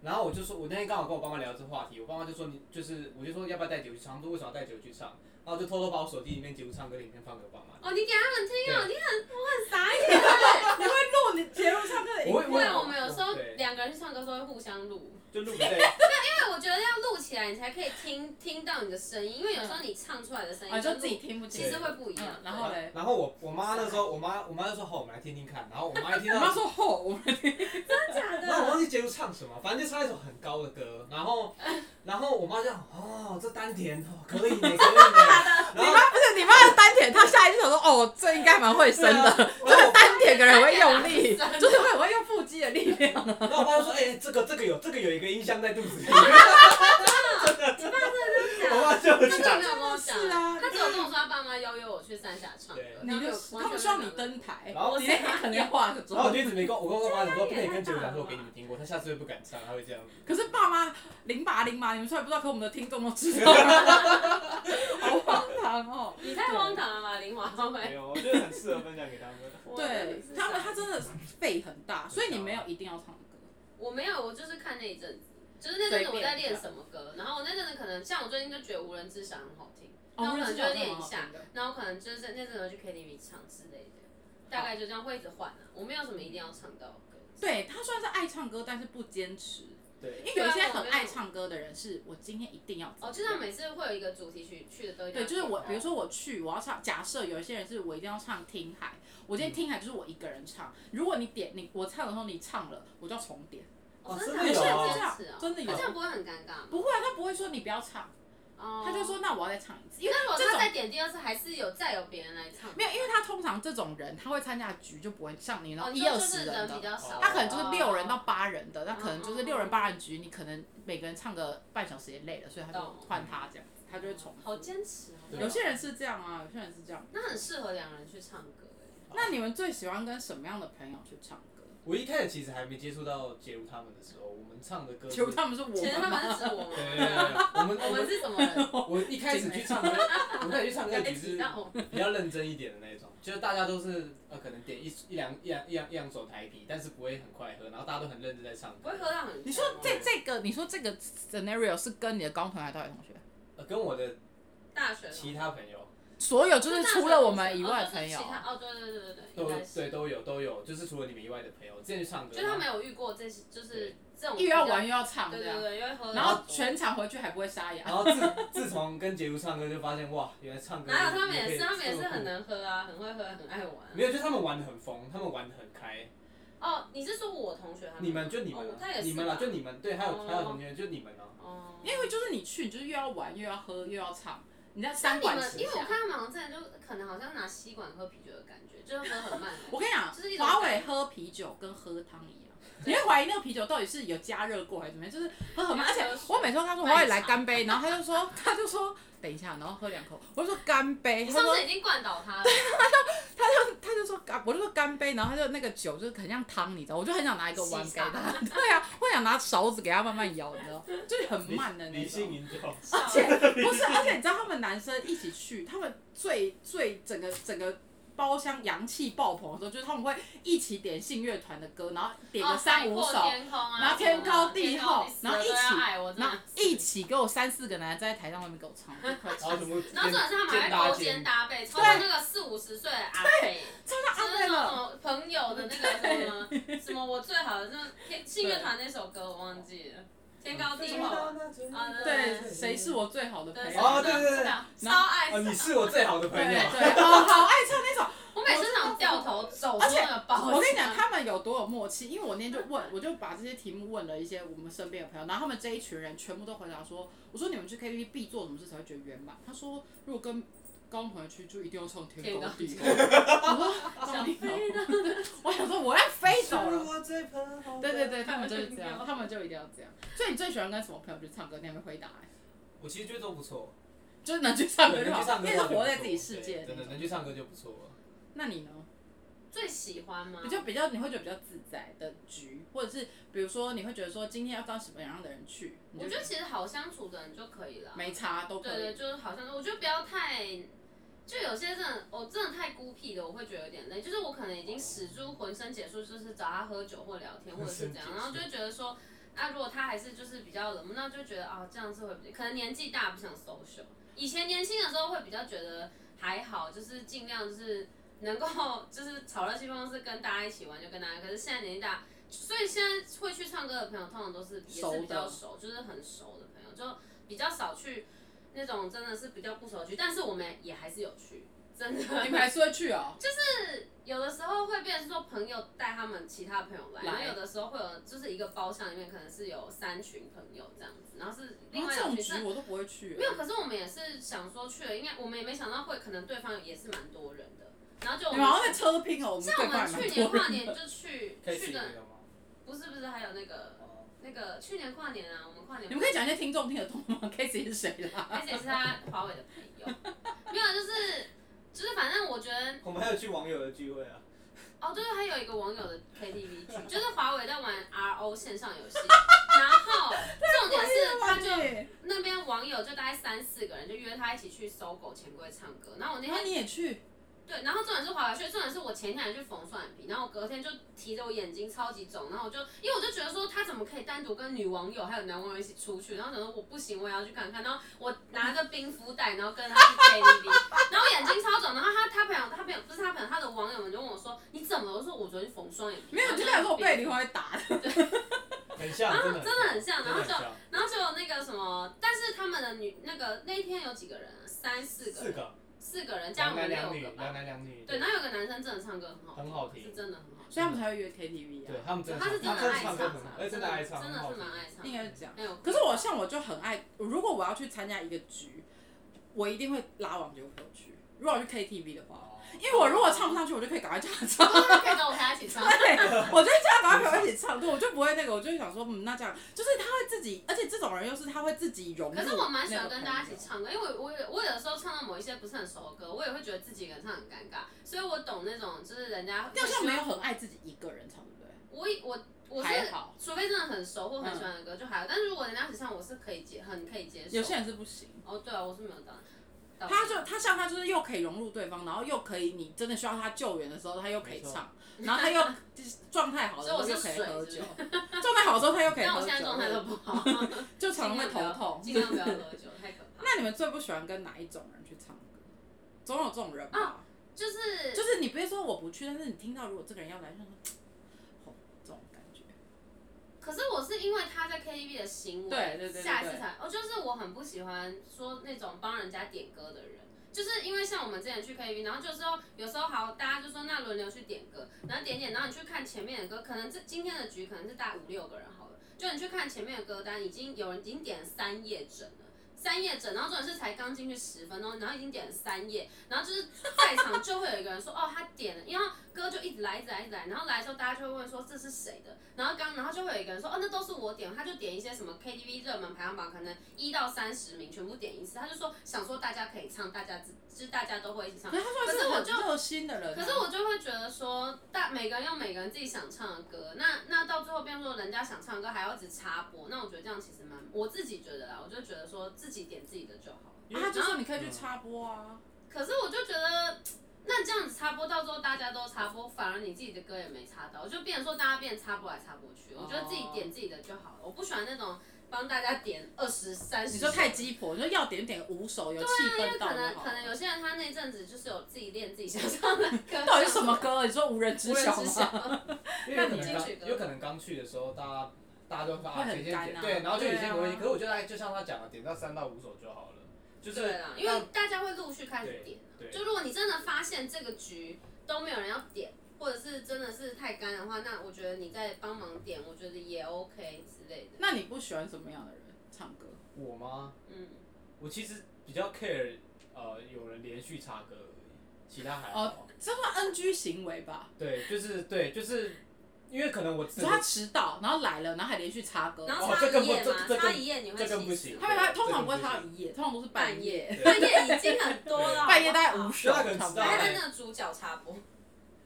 [SPEAKER 4] 然后我就说，我那天刚好跟我爸妈聊这话题，我爸妈就说你就是，我就说要不要带酒去唱，他们说为什么要带酒去唱，然后我就偷偷把我手机里面几乎唱歌的影片放给我爸妈。
[SPEAKER 3] 哦，你给他们听哦，你很我很傻
[SPEAKER 4] <laughs>
[SPEAKER 3] 眼。
[SPEAKER 1] 你会录你节目上的
[SPEAKER 4] 我会
[SPEAKER 1] 影
[SPEAKER 3] 哎因为
[SPEAKER 1] 片，
[SPEAKER 3] 我们有时候
[SPEAKER 4] 对
[SPEAKER 3] 两个人去唱歌的时候会互相录，
[SPEAKER 4] 就
[SPEAKER 3] <laughs>
[SPEAKER 4] 录在
[SPEAKER 3] 因为我觉得要录起来，你才可以听听到你的声音，因为有时
[SPEAKER 4] 嗯
[SPEAKER 3] 候你唱出来的声
[SPEAKER 1] 啊，
[SPEAKER 3] 音
[SPEAKER 1] 就
[SPEAKER 3] 跟
[SPEAKER 1] 自己
[SPEAKER 3] 录
[SPEAKER 1] 听不
[SPEAKER 3] 其
[SPEAKER 1] 清
[SPEAKER 3] 实。会不一样
[SPEAKER 1] 嗯。然后嘞
[SPEAKER 4] 然后我我妈那时候，我妈我妈就说好，我们来听听看。然后我妈一听
[SPEAKER 1] 我
[SPEAKER 4] 到
[SPEAKER 1] 妈，说吼，我们
[SPEAKER 3] 真的假
[SPEAKER 4] 然后我
[SPEAKER 3] 的？
[SPEAKER 4] 忘记结束唱什么，反正就唱一首很高的歌。然
[SPEAKER 3] <laughs>
[SPEAKER 4] 后然后我妈就哦，这丹田哦可以呢，可以
[SPEAKER 3] <laughs>
[SPEAKER 4] 呢。然后啊
[SPEAKER 1] 不是你妈的丹田，她下一句想说哦，这应该蛮会生的，
[SPEAKER 4] 对啊
[SPEAKER 1] 这个丹田可能很会用力，就是会很会用腹肌的力量。
[SPEAKER 4] 然后我爸就说：“哎、这个这个有这个有一个音箱在
[SPEAKER 2] <laughs>
[SPEAKER 4] 肚子里。”我妈就
[SPEAKER 3] 他根
[SPEAKER 4] 讲
[SPEAKER 3] 本没有跟我讲，
[SPEAKER 1] 是啊
[SPEAKER 3] 他只有跟我说他爸妈邀约我去三峡唱歌
[SPEAKER 4] 对，
[SPEAKER 1] 你
[SPEAKER 3] 没有
[SPEAKER 1] 就他们需要你，登台，
[SPEAKER 4] 然后
[SPEAKER 1] 你那天可能要化个
[SPEAKER 4] 然后我
[SPEAKER 1] 妆
[SPEAKER 4] 就。一直没跟我跟我爸讲说，不可以跟杰哥讲说我给你们听过，他下次会不敢唱，他会这样。
[SPEAKER 1] 可是爸妈零八零八，你们虽然不知道，可我们的听众都知道，好荒唐哦。
[SPEAKER 3] 你太荒唐了吧，林华
[SPEAKER 2] 没
[SPEAKER 3] 会。
[SPEAKER 2] 哎有，我觉得很适合分享给
[SPEAKER 3] <laughs>
[SPEAKER 2] 他们。
[SPEAKER 1] 对他们，他真的肺很大，所以你
[SPEAKER 4] 很大
[SPEAKER 1] 没有一定要唱歌。
[SPEAKER 3] 我没有，我就是看那一阵子，就是那阵子我在练什么歌，然后我那阵子可能像我最近就觉得《无人知晓》很好听，那
[SPEAKER 1] 哦
[SPEAKER 3] 我可能就会练一下，那我可能就是那阵子我去 KTV 唱之类的，大概就这样会一直换啊，我没有什么一定要唱到的歌。
[SPEAKER 1] 对他虽然是爱唱歌，但是不坚持。
[SPEAKER 4] 对，
[SPEAKER 1] 因为有一些很爱唱歌的人是，我今天一定要怎么
[SPEAKER 3] 哦，
[SPEAKER 1] 样
[SPEAKER 3] 就像每次会有一个主题曲去的都一定
[SPEAKER 1] 对，
[SPEAKER 3] 要
[SPEAKER 1] 就是我，
[SPEAKER 3] 点
[SPEAKER 1] 比如说我去，我要唱。假设有一些人是我一定要唱《听海》，我今天《听海》就是我一个人唱。如果你点你我唱的时候你唱了，我就要重点。
[SPEAKER 3] 哦
[SPEAKER 4] 哦
[SPEAKER 3] 真
[SPEAKER 4] 真的有
[SPEAKER 3] 的
[SPEAKER 4] 啊
[SPEAKER 3] 这样子哦
[SPEAKER 1] 真的有
[SPEAKER 3] 那这样不会很尴尬吗？
[SPEAKER 1] 不会啊，他不会说你不要唱，
[SPEAKER 3] 哦
[SPEAKER 1] 他就，说那我要再唱一次，因为
[SPEAKER 3] 那如果
[SPEAKER 1] 这
[SPEAKER 3] 他
[SPEAKER 1] 种
[SPEAKER 3] 再点第二次，还是有再有别人来唱，
[SPEAKER 1] 没有，因为他通常这种人他会参加的局就不会像你那
[SPEAKER 3] 哦
[SPEAKER 1] 种
[SPEAKER 3] 你
[SPEAKER 1] 一
[SPEAKER 3] 说
[SPEAKER 1] 二
[SPEAKER 3] 就
[SPEAKER 1] 十
[SPEAKER 3] 是
[SPEAKER 1] 人
[SPEAKER 3] 人比
[SPEAKER 1] 的。
[SPEAKER 3] 较少，
[SPEAKER 1] 他可能就是六人到八人的，那
[SPEAKER 3] 哦
[SPEAKER 1] 可能就是六人八人局，你可能每个人唱个半小时也累了，所以他就
[SPEAKER 3] 懂
[SPEAKER 1] 换他这样子，他就会重
[SPEAKER 3] 好
[SPEAKER 1] 复。
[SPEAKER 3] 坚持哦。
[SPEAKER 1] 有些人是这样啊，有些人是这样。
[SPEAKER 3] 那很适合两人去唱歌哎。
[SPEAKER 1] 那你们最喜欢跟什么样的朋友去唱歌？
[SPEAKER 4] 我一开始其实还没接触到杰如他们的时候，我们唱的歌是，
[SPEAKER 1] 求
[SPEAKER 4] 对
[SPEAKER 1] 他们是我
[SPEAKER 3] 其实
[SPEAKER 1] 们
[SPEAKER 3] 他
[SPEAKER 1] 吗？
[SPEAKER 3] 们是指我
[SPEAKER 4] 对
[SPEAKER 3] 们，
[SPEAKER 4] 对对，我们
[SPEAKER 3] 我
[SPEAKER 4] 我
[SPEAKER 3] 们
[SPEAKER 4] 们
[SPEAKER 3] 是什么人？
[SPEAKER 4] <laughs> 我一开始去唱歌，我开始去唱歌
[SPEAKER 3] 刚才 <laughs>
[SPEAKER 4] 只
[SPEAKER 3] 提
[SPEAKER 4] 是
[SPEAKER 3] 到我们
[SPEAKER 4] 比较认真一点的那种，就是大家都是呃可能点一一两一两一两一两首台啤，但是不会很快喝，然后大家都很认真在唱
[SPEAKER 3] 不
[SPEAKER 4] 歌
[SPEAKER 3] 会。喝到很强。
[SPEAKER 1] 你说这这个，你说这个 scenario 是跟你的高中同学还是大学同学？
[SPEAKER 4] 呃，跟我的
[SPEAKER 3] 大学吗
[SPEAKER 4] 其他朋友
[SPEAKER 1] 所有就是除了我们以外的
[SPEAKER 3] 哦就是
[SPEAKER 1] 朋友
[SPEAKER 3] 其，他哦，对对对对对，
[SPEAKER 4] 啊都
[SPEAKER 3] 应该
[SPEAKER 4] 对
[SPEAKER 3] 是。
[SPEAKER 4] 都有都有，就是除了你们以外的朋友，之前去唱歌，
[SPEAKER 3] 就他没有遇过这些，就是
[SPEAKER 4] 对
[SPEAKER 3] 这种
[SPEAKER 1] 又要玩
[SPEAKER 3] 比
[SPEAKER 1] 又要唱
[SPEAKER 3] 较，对
[SPEAKER 1] 这
[SPEAKER 3] 对
[SPEAKER 1] 样，
[SPEAKER 3] 对，又会喝，
[SPEAKER 1] 然后全场回去还不会沙
[SPEAKER 4] 然
[SPEAKER 1] 哑。
[SPEAKER 4] 后自自从跟杰如唱歌就发现哇，原来唱歌
[SPEAKER 3] 哪有他们也
[SPEAKER 4] 可以
[SPEAKER 3] 是，他们也
[SPEAKER 4] 这
[SPEAKER 3] 是
[SPEAKER 4] 么
[SPEAKER 3] 很
[SPEAKER 4] 酷
[SPEAKER 3] 能喝啊，很会喝，很爱玩啊、
[SPEAKER 4] 没有，就他们玩的很疯，他们玩的很开。
[SPEAKER 3] 哦，你是说我同学他们？
[SPEAKER 4] 你们就你们
[SPEAKER 3] 哦
[SPEAKER 4] 啊、
[SPEAKER 3] 他也是吧
[SPEAKER 4] 你们啊，就你们对，还有
[SPEAKER 3] 哦
[SPEAKER 4] 还有同学就你们啊。
[SPEAKER 3] 哦，
[SPEAKER 1] 因为就是你去，你就是又要玩又要喝又要唱，你在
[SPEAKER 3] 那
[SPEAKER 1] 三
[SPEAKER 3] 你
[SPEAKER 1] 管
[SPEAKER 3] 们，
[SPEAKER 1] 齐
[SPEAKER 3] 因为我
[SPEAKER 1] 下。
[SPEAKER 3] 看他们好像真的就可能好像拿吸管喝啤酒的感觉，就是喝很慢
[SPEAKER 1] <laughs> 我跟你讲
[SPEAKER 3] 就是一，种
[SPEAKER 1] 华伟喝啤酒跟喝汤一样，你会怀疑那个啤酒到底是有加热过还是怎么样，就是喝很慢。而且我每次跟他说华伟来干杯，然后他就说 <laughs> 他就说等一下，然后喝两口，我就说干杯，
[SPEAKER 3] 你
[SPEAKER 1] 他
[SPEAKER 3] 上
[SPEAKER 1] 说
[SPEAKER 3] 次已经灌倒
[SPEAKER 1] <laughs>
[SPEAKER 3] 他了，
[SPEAKER 1] 他就说干，我就说干杯，然后他就那个酒就是很像汤，你知道，我就很想拿一个碗给他， <laughs> 对啊，我想拿勺子给他慢慢舀，你知道，就是很慢的那
[SPEAKER 2] 理性
[SPEAKER 1] 种。
[SPEAKER 3] <laughs>
[SPEAKER 2] 饮酒，
[SPEAKER 1] 而且不是，而且你知道他们男生一起去，他们最最整个整个包厢阳气爆棚的时候，就是他们会一起点信乐团的歌，然后点个
[SPEAKER 3] 哦
[SPEAKER 1] 三五首，
[SPEAKER 3] 海阔天空啊
[SPEAKER 1] 然后天高地厚
[SPEAKER 3] 天高地
[SPEAKER 1] 然后一起
[SPEAKER 3] 死了都要爱我真
[SPEAKER 1] 然
[SPEAKER 3] 的
[SPEAKER 1] 后一起给我三四个男的在台上外面给我唱，我就快
[SPEAKER 4] 然后
[SPEAKER 1] 唱
[SPEAKER 4] 什么？
[SPEAKER 3] 然后重点是他们还会勾肩搭背，超像那个四五十岁的阿伯，
[SPEAKER 1] 到
[SPEAKER 3] 就
[SPEAKER 1] 阿
[SPEAKER 3] 是那
[SPEAKER 1] 贝
[SPEAKER 3] 种什
[SPEAKER 1] 了。
[SPEAKER 3] 么朋友的那个什么什么我最好的那种天信乐团那首歌我忘记了，天高地
[SPEAKER 1] 嗯
[SPEAKER 3] 厚啊，
[SPEAKER 4] 啊
[SPEAKER 1] 对，呃谁是我最好的朋
[SPEAKER 3] 对
[SPEAKER 1] 友？
[SPEAKER 4] 哦
[SPEAKER 1] 对
[SPEAKER 4] 对对对
[SPEAKER 3] 超爱死
[SPEAKER 4] 哦，你是我最好的朋友。
[SPEAKER 1] 对，哦，好爱唱那首。
[SPEAKER 3] 我每次想掉头走出那个包
[SPEAKER 4] 哦
[SPEAKER 3] 厢
[SPEAKER 1] 我跟你讲，他们有多有默契，因为我那天就问，我就把这些题目问了一些我们身边的朋友，然后他们这一群人全部都回答说，我说你们去 KTV 必做什么事才会觉得圆满？他说如果跟高中朋友去，就一定要唱《天高
[SPEAKER 4] <laughs>
[SPEAKER 1] 地厚》。我说
[SPEAKER 3] 想
[SPEAKER 1] 你
[SPEAKER 3] 飞的，
[SPEAKER 1] 我想说我要飞走
[SPEAKER 4] <laughs>
[SPEAKER 1] 了。
[SPEAKER 4] 我最朋友
[SPEAKER 1] 对对对，他们就是这
[SPEAKER 4] 啊
[SPEAKER 1] 样，他们就一定要这样。所以你最喜欢跟什么朋友去唱歌？你还没回答、欸，
[SPEAKER 4] 我其实觉得都不错，
[SPEAKER 1] 就是能去唱歌
[SPEAKER 4] 对
[SPEAKER 1] 就
[SPEAKER 4] 能去
[SPEAKER 1] 好，
[SPEAKER 4] 唱
[SPEAKER 1] 因
[SPEAKER 4] 歌
[SPEAKER 1] 为
[SPEAKER 4] 就是不错
[SPEAKER 1] 活在自己世界
[SPEAKER 4] 对真的
[SPEAKER 1] 的
[SPEAKER 4] 能
[SPEAKER 1] 那种。
[SPEAKER 4] 去唱歌就不错了。
[SPEAKER 1] 那你呢？
[SPEAKER 3] 最喜欢吗
[SPEAKER 1] 比？较比较，你会觉得比较自在的局，或者是比如说你会觉得说今天要跟什么样的人去，你
[SPEAKER 3] 我
[SPEAKER 1] 就
[SPEAKER 3] 觉得其实好相处的人就可以了。啊
[SPEAKER 1] 没差啊都可
[SPEAKER 3] 对
[SPEAKER 1] 以。
[SPEAKER 3] 对，就是好像我觉得不要太，就有些真的，我真的太孤僻的，我会觉得有点累。就是我可能已经使出浑身解数，就是找他喝酒或聊天或者是怎样，
[SPEAKER 4] 浑身解数
[SPEAKER 3] 然后就会觉得说，啊，如果他还是就是比较冷漠，那就觉得啊，这样是会比可能年纪大不想 social。以前年轻的时候会比较觉得还好，就是尽量就是能够就是炒热气氛，或是跟大家一起玩就跟大家。可是现在年纪大，所以现在会去唱歌的朋友，通常都是也
[SPEAKER 1] 熟
[SPEAKER 3] 是
[SPEAKER 1] 的
[SPEAKER 3] 比较熟，就是很熟的朋友，就比较少去那种真的是比较不熟的局。但是我们也还是有去，真的。 <laughs>
[SPEAKER 1] 你们还是会去哦、
[SPEAKER 3] 就是有的时候会变成说朋友带他们其他朋友来，
[SPEAKER 1] 来
[SPEAKER 3] 然后有的时候会有就是一个包厢里面可能是有三群朋友这样子，然后是另
[SPEAKER 1] 然后
[SPEAKER 3] 外
[SPEAKER 1] 哦这
[SPEAKER 3] 两
[SPEAKER 1] 种
[SPEAKER 3] 群
[SPEAKER 1] 局我都不会去、
[SPEAKER 3] 没有，可是我们也是想说去了，应该我们也没想到会，可能对方也是蛮多人的，然后就我
[SPEAKER 1] 你们好像在
[SPEAKER 3] 们
[SPEAKER 1] 车拼哦、我们
[SPEAKER 3] 像我
[SPEAKER 1] 对方
[SPEAKER 3] 们
[SPEAKER 1] 还蛮
[SPEAKER 3] 去年
[SPEAKER 1] 多
[SPEAKER 3] 跨
[SPEAKER 1] 人
[SPEAKER 3] 年
[SPEAKER 1] 的。
[SPEAKER 3] 就去
[SPEAKER 4] 可以
[SPEAKER 3] 去
[SPEAKER 4] 去那
[SPEAKER 3] 的
[SPEAKER 4] 个吗？
[SPEAKER 3] 不是不是还有那个那个去年跨年啊，我们跨年
[SPEAKER 1] 你们可以讲一些听众听得懂吗 k a s e y 是谁啦？
[SPEAKER 3] 而且是他华为的朋友，没有啊就是就是反正我觉得
[SPEAKER 4] 我们还有去网友的聚会啊。
[SPEAKER 3] 哦，对，还有一个网友的 KTV 剧，就是华为在玩 RO 线上游戏，然后重点
[SPEAKER 1] 哎
[SPEAKER 3] 是他就那边网友就大概三四个人就约他一起去搜狗钱柜唱歌，然后我那
[SPEAKER 1] 然后啊
[SPEAKER 3] 天
[SPEAKER 1] 你也去，
[SPEAKER 3] 对，然后重点是滑雪，所以重点是我前天还去缝双眼皮，然后我隔天就提着我眼睛超级肿，然后我就因为我就觉得说他怎么可以单独跟女网友还有男网友一起出去，然后想说我不行，我也要去看看，然后我拿着冰敷袋，然后跟他去 KTV，然后眼睛超肿，然后他他朋友他朋友不是他朋友他的网友们就问我说你怎么了？我说我昨天缝双眼皮，
[SPEAKER 1] 没有，你就
[SPEAKER 3] 然
[SPEAKER 1] 跟
[SPEAKER 3] 后
[SPEAKER 1] 我说我被林怀打的。
[SPEAKER 4] 很像，真的
[SPEAKER 3] 啊真的很像，
[SPEAKER 4] 真
[SPEAKER 3] 然
[SPEAKER 4] 的
[SPEAKER 3] 后
[SPEAKER 4] 很
[SPEAKER 3] 就
[SPEAKER 4] 像。
[SPEAKER 3] 然后就有那个什么，但是他们的女那个那一天有几个人啊？三四个
[SPEAKER 4] 四
[SPEAKER 3] 人，
[SPEAKER 4] 个，
[SPEAKER 3] 四个人加
[SPEAKER 4] 两
[SPEAKER 3] 我
[SPEAKER 4] 男
[SPEAKER 3] 们六
[SPEAKER 4] 两女，
[SPEAKER 3] 个吧
[SPEAKER 4] 两。男两女。
[SPEAKER 3] 对，然后有个男生真的唱歌很好，
[SPEAKER 4] 很好听
[SPEAKER 3] 是真的很好听。
[SPEAKER 1] 所以他们才会约 KTV
[SPEAKER 4] 对
[SPEAKER 1] 啊，
[SPEAKER 4] 他们真的
[SPEAKER 3] 他是真
[SPEAKER 4] 唱，
[SPEAKER 3] 的
[SPEAKER 4] 真
[SPEAKER 3] 爱
[SPEAKER 4] 唱
[SPEAKER 3] 唱
[SPEAKER 4] 歌很好，而且真
[SPEAKER 3] 真的
[SPEAKER 4] 的爱唱，
[SPEAKER 3] 真的
[SPEAKER 4] 很好
[SPEAKER 3] 是
[SPEAKER 4] 听
[SPEAKER 3] 蛮爱唱。
[SPEAKER 1] 应该是这样。
[SPEAKER 3] 哎呦，
[SPEAKER 1] 可是我像我就很爱，如果我要去参加一个局，我一定会拉网球朋友去。如果我去 KTV 的话，
[SPEAKER 4] 哦
[SPEAKER 1] 因为我如果唱不上去，我就可以赶快叫他
[SPEAKER 3] <laughs>
[SPEAKER 1] 唱。
[SPEAKER 3] <laughs> 可以跟我他一起
[SPEAKER 1] <laughs>
[SPEAKER 3] 唱。
[SPEAKER 1] 对，我就会叫他赶快陪我一起唱，对，我就不会那个，我就会想说，嗯，那这样就是他会自己，而且这种人又是他会自己融入。
[SPEAKER 3] 可是我蛮喜欢跟大家一起。唱歌，因为我有我有的时候唱到某一些不是很熟的歌，我也会觉得自己一个人唱很尴尬，所以我懂那种就是人家。
[SPEAKER 1] 你好像没有很爱自己一个人唱，对不对？
[SPEAKER 3] 我我我
[SPEAKER 1] 还
[SPEAKER 3] 是
[SPEAKER 1] 好，嗯
[SPEAKER 3] 除非真的很熟或很喜欢的歌就还好，但是如果人家一起唱，我是可以接很可以接受。
[SPEAKER 1] 有些人是不行。
[SPEAKER 3] 哦，对啊，我是没有当。到
[SPEAKER 1] 他就他像他就是又可以融入对方，然后又可以你真的需要他救援的时候，他又可以
[SPEAKER 4] 没错
[SPEAKER 1] 唱，然后他又就是状态好的时候
[SPEAKER 3] 所以
[SPEAKER 1] 又
[SPEAKER 3] 我是
[SPEAKER 1] 可以
[SPEAKER 3] 水
[SPEAKER 1] 喝
[SPEAKER 3] 是不
[SPEAKER 1] 酒
[SPEAKER 3] 是，
[SPEAKER 1] 状态好的时候他又可以
[SPEAKER 3] 但
[SPEAKER 1] 喝
[SPEAKER 3] 我
[SPEAKER 1] 酒，
[SPEAKER 3] 现在状态都不好，啊
[SPEAKER 1] <laughs> 就常常会头痛。
[SPEAKER 3] <laughs> 尽量不要喝酒，太可怕。
[SPEAKER 1] 那你们最不喜欢跟哪一种人去唱歌？总有这种人吧，
[SPEAKER 3] 啊
[SPEAKER 1] <laughs>
[SPEAKER 3] 就是
[SPEAKER 1] 就是你不会说我不去，但是你听到如果这个人要来，就想说好这种感觉。
[SPEAKER 3] 可是我是因为他在 KTV 的行为，
[SPEAKER 1] 对对对对
[SPEAKER 3] 下一次才，哦，就是我很不喜欢说那种帮人家点歌的人，就是因为像我们之前去 KTV，然后就是说有时候好，大家就说那轮流去点歌，然后点点，然后你去看前面的歌，可能这今天的局可能是大五六个人好了，就你去看前面的歌单，已经有人已经点了三页整了。三页整，然后重点是才刚进去十分钟，然后已经点了三页，然后就是在场就会有一个人说，哦，他点了，因为歌就一直来，一直来，一直来，然后来的时候大家就会问说这是谁的，然后刚然后就会有一个人说，哦，那都是我点，他就点一些什么 KTV 热门排行榜，可能一到三十名全部点一次，他就说想说大家可以唱，大家自就是大家都会一起唱，
[SPEAKER 1] 可是他
[SPEAKER 3] 可是我
[SPEAKER 1] 算是
[SPEAKER 3] 就
[SPEAKER 1] 很热心的人啊、
[SPEAKER 3] 可是我就会觉得说，大每个人有每个人自己想唱的歌，那那到最后变成说人家想唱的歌还要一直插播，那我觉得这样其实蛮，我自己觉得啦，我就觉得说自己点自己的就好了。
[SPEAKER 1] 啊，他就说你可以去插播啊，
[SPEAKER 3] 可是我就觉得，那这样子插播到最后大家都插播，反而你自己的歌也没插到，就变成说大家变插播来插播去，我觉得自己点自己的就好了，我不喜欢那种帮大家点二十三十。
[SPEAKER 1] 你说太鸡婆，你说要点点五首有气
[SPEAKER 3] 因
[SPEAKER 1] 氛
[SPEAKER 3] 为
[SPEAKER 1] 到
[SPEAKER 3] 可
[SPEAKER 1] 就
[SPEAKER 3] 能
[SPEAKER 1] 好
[SPEAKER 3] 可能有些人他那阵子就是有自己练自己想唱的
[SPEAKER 1] <laughs>
[SPEAKER 3] 歌，
[SPEAKER 1] 到底是什么歌？你说无人知
[SPEAKER 3] 无人
[SPEAKER 1] 晓
[SPEAKER 3] 知
[SPEAKER 1] 吗？
[SPEAKER 3] 晓。
[SPEAKER 4] 因为有可
[SPEAKER 3] 那你
[SPEAKER 4] 能
[SPEAKER 3] 进去歌
[SPEAKER 4] 刚有可能刚去的时候，大家大家都发
[SPEAKER 1] 会
[SPEAKER 4] 啊
[SPEAKER 1] 很
[SPEAKER 4] 谁先
[SPEAKER 1] 干啊
[SPEAKER 4] 点对，然后就有些人
[SPEAKER 1] 对
[SPEAKER 4] 会
[SPEAKER 1] 啊，
[SPEAKER 4] 可是我觉得就像他讲的，点到三到五首就好了，就是
[SPEAKER 3] <laughs> 对啦，因为大家会陆续开始点。
[SPEAKER 4] 对
[SPEAKER 3] 就如果你真的发现这个局都没有人要点，或者是真的是太干的话，那我觉得你再帮忙点，我觉得也 OK 之类的。
[SPEAKER 1] <laughs> 那你不喜欢什么样的人唱歌？
[SPEAKER 4] 我吗？
[SPEAKER 3] 嗯，
[SPEAKER 4] 我其实比较 care 呃有人连续插歌而已，其他还
[SPEAKER 1] 哦
[SPEAKER 4] 好。，
[SPEAKER 1] 这算 NG 行为吧？
[SPEAKER 4] 对，就是对，就是因为可能我
[SPEAKER 1] 你
[SPEAKER 4] 真
[SPEAKER 1] 说
[SPEAKER 4] 的
[SPEAKER 1] 他迟到，然后来了，然后还连续插歌，
[SPEAKER 3] 然后
[SPEAKER 4] 哦
[SPEAKER 3] 插
[SPEAKER 4] 这
[SPEAKER 3] 一
[SPEAKER 4] 更不
[SPEAKER 3] 页嘛，
[SPEAKER 4] 这这
[SPEAKER 3] 插
[SPEAKER 4] 更
[SPEAKER 3] 一页你会
[SPEAKER 4] 这更不
[SPEAKER 3] 气死
[SPEAKER 4] 行
[SPEAKER 1] 他们他
[SPEAKER 4] 对
[SPEAKER 1] 通常
[SPEAKER 4] 这个
[SPEAKER 1] 不会
[SPEAKER 4] 不
[SPEAKER 1] 插到
[SPEAKER 4] 行
[SPEAKER 1] 一夜，通常都是半
[SPEAKER 3] 半
[SPEAKER 1] 夜，
[SPEAKER 3] 夜， <laughs> 半夜已经很多了，
[SPEAKER 1] 半夜大概
[SPEAKER 3] 好不
[SPEAKER 1] 五
[SPEAKER 3] 好。
[SPEAKER 1] 首
[SPEAKER 4] 那个很
[SPEAKER 1] 差不
[SPEAKER 4] 知道
[SPEAKER 3] 还
[SPEAKER 4] 欸
[SPEAKER 1] 多。
[SPEAKER 3] 在那个主角插播，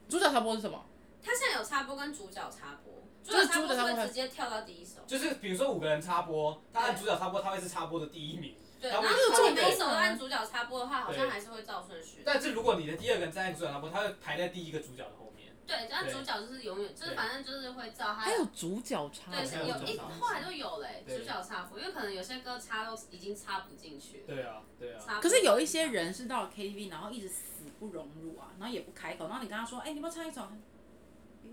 [SPEAKER 1] 主角插播是什么？
[SPEAKER 3] 他现在有插播跟主角插播，主
[SPEAKER 1] 就是
[SPEAKER 3] 角插
[SPEAKER 1] 主
[SPEAKER 3] 播
[SPEAKER 1] 角插播
[SPEAKER 3] 会直接跳到第一首，
[SPEAKER 4] 就是比如说五个人插播，他按主角插播，他会是插播的第一名。
[SPEAKER 3] 对，然
[SPEAKER 4] 他会
[SPEAKER 3] 后
[SPEAKER 4] 嗯
[SPEAKER 1] 这个
[SPEAKER 3] 如
[SPEAKER 1] 重
[SPEAKER 3] 果
[SPEAKER 1] 点
[SPEAKER 3] 你每一首都按主角插播的话，好像还是会照顺序。
[SPEAKER 4] 但是如果你的第二个人在按主角插播，他会排在第一个主角的后面。
[SPEAKER 3] 对，但主角就是永远，就是
[SPEAKER 4] 对
[SPEAKER 3] 反正就是会照他
[SPEAKER 1] 还有主角插
[SPEAKER 3] 对，
[SPEAKER 4] 对
[SPEAKER 3] 是
[SPEAKER 4] 还有
[SPEAKER 3] 有
[SPEAKER 4] 主
[SPEAKER 3] 一
[SPEAKER 4] 角
[SPEAKER 3] 后来都有嘞、
[SPEAKER 4] 对
[SPEAKER 3] 主角插播，因为可能有些歌插都已经插不进去了。
[SPEAKER 4] 对啊，对啊。
[SPEAKER 3] 插不
[SPEAKER 1] 可是有一些人是到了 KTV，然后一直死不融入啊，然后也不开口，然后你跟他说，哎、你要不要唱一首？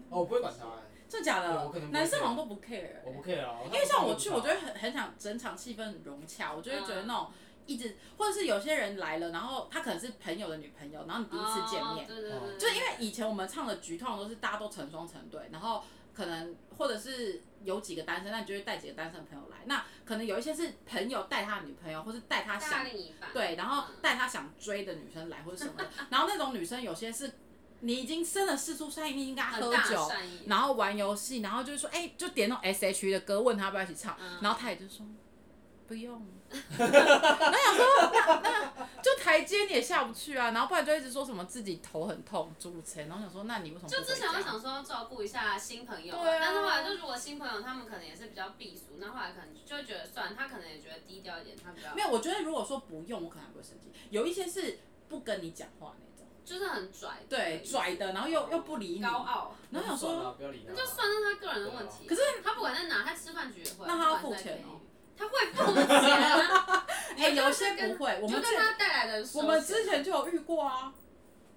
[SPEAKER 4] 哦，我不会管他欸，
[SPEAKER 1] 真的假
[SPEAKER 4] 对
[SPEAKER 1] 的
[SPEAKER 4] 我可能？不会
[SPEAKER 1] 男生好像都不 care，、
[SPEAKER 4] 我不 care 啊。
[SPEAKER 1] 因为像我去，我就
[SPEAKER 4] 觉
[SPEAKER 1] 会
[SPEAKER 4] 得
[SPEAKER 1] 很很想整场气氛很融洽，我就会觉得
[SPEAKER 3] 嗯
[SPEAKER 1] 那种一直，或者是有些人来了，然后他可能是朋友的女朋友，然后你第一次见面，
[SPEAKER 3] 哦、对对对对，
[SPEAKER 1] 就因为以前我们唱的局通常都是大家都成双成对，然后可能或者是有几个单身，那你就会带几个单身的朋友来，那可能有一些是朋友带他的女朋友，或是带他
[SPEAKER 3] 大
[SPEAKER 1] 想
[SPEAKER 3] 另一半，
[SPEAKER 1] 对，然后带他想追的女生来或者什么的，然后那种女生有些是你已经真的四出善意，你已经跟他
[SPEAKER 3] 很
[SPEAKER 1] 喝
[SPEAKER 3] 大的
[SPEAKER 1] 酒，
[SPEAKER 3] 善意，
[SPEAKER 1] 然后玩游戏，然后就是说，哎、就点那种 S H E 的歌，问他要不要一起唱，
[SPEAKER 3] 嗯
[SPEAKER 1] 然后他也就说不用。
[SPEAKER 3] <laughs>
[SPEAKER 1] 那想说，那那就台阶你也下不去啊，然后不然就一直说什么自己头很痛，诸如此类，然后想说，那你为什么不
[SPEAKER 3] 就
[SPEAKER 1] 回
[SPEAKER 3] 之前我
[SPEAKER 1] 家？
[SPEAKER 3] 想说要照顾一下新朋友、
[SPEAKER 1] 对啊
[SPEAKER 3] 但是后来就如果新朋友他们可能也是比较避俗，那后来可能就会觉得算，他可能也觉得低调一点，他比较
[SPEAKER 1] 没有，我觉得如果说不用，我可能还不会生气。有一些是不跟你讲话那种，
[SPEAKER 3] 就是很拽，
[SPEAKER 1] 对，拽的，然后又又不理你，
[SPEAKER 3] 高傲，
[SPEAKER 1] 然后想
[SPEAKER 4] 算了
[SPEAKER 1] 说，
[SPEAKER 4] 不要理他。
[SPEAKER 3] 那就算那是他个人的问题。
[SPEAKER 1] 啊可是
[SPEAKER 3] 他不管在哪，他吃饭局也会，
[SPEAKER 1] 那他要
[SPEAKER 3] 不管在
[SPEAKER 1] 付钱哦
[SPEAKER 3] KTV 他会付钱啊，
[SPEAKER 1] <laughs>
[SPEAKER 3] <laughs>
[SPEAKER 1] 哎、有些不会，我
[SPEAKER 3] 就
[SPEAKER 1] 们
[SPEAKER 3] 跟
[SPEAKER 1] 这。
[SPEAKER 3] 他带来的收
[SPEAKER 1] 我
[SPEAKER 3] 钱，
[SPEAKER 1] 们之前就有遇过啊，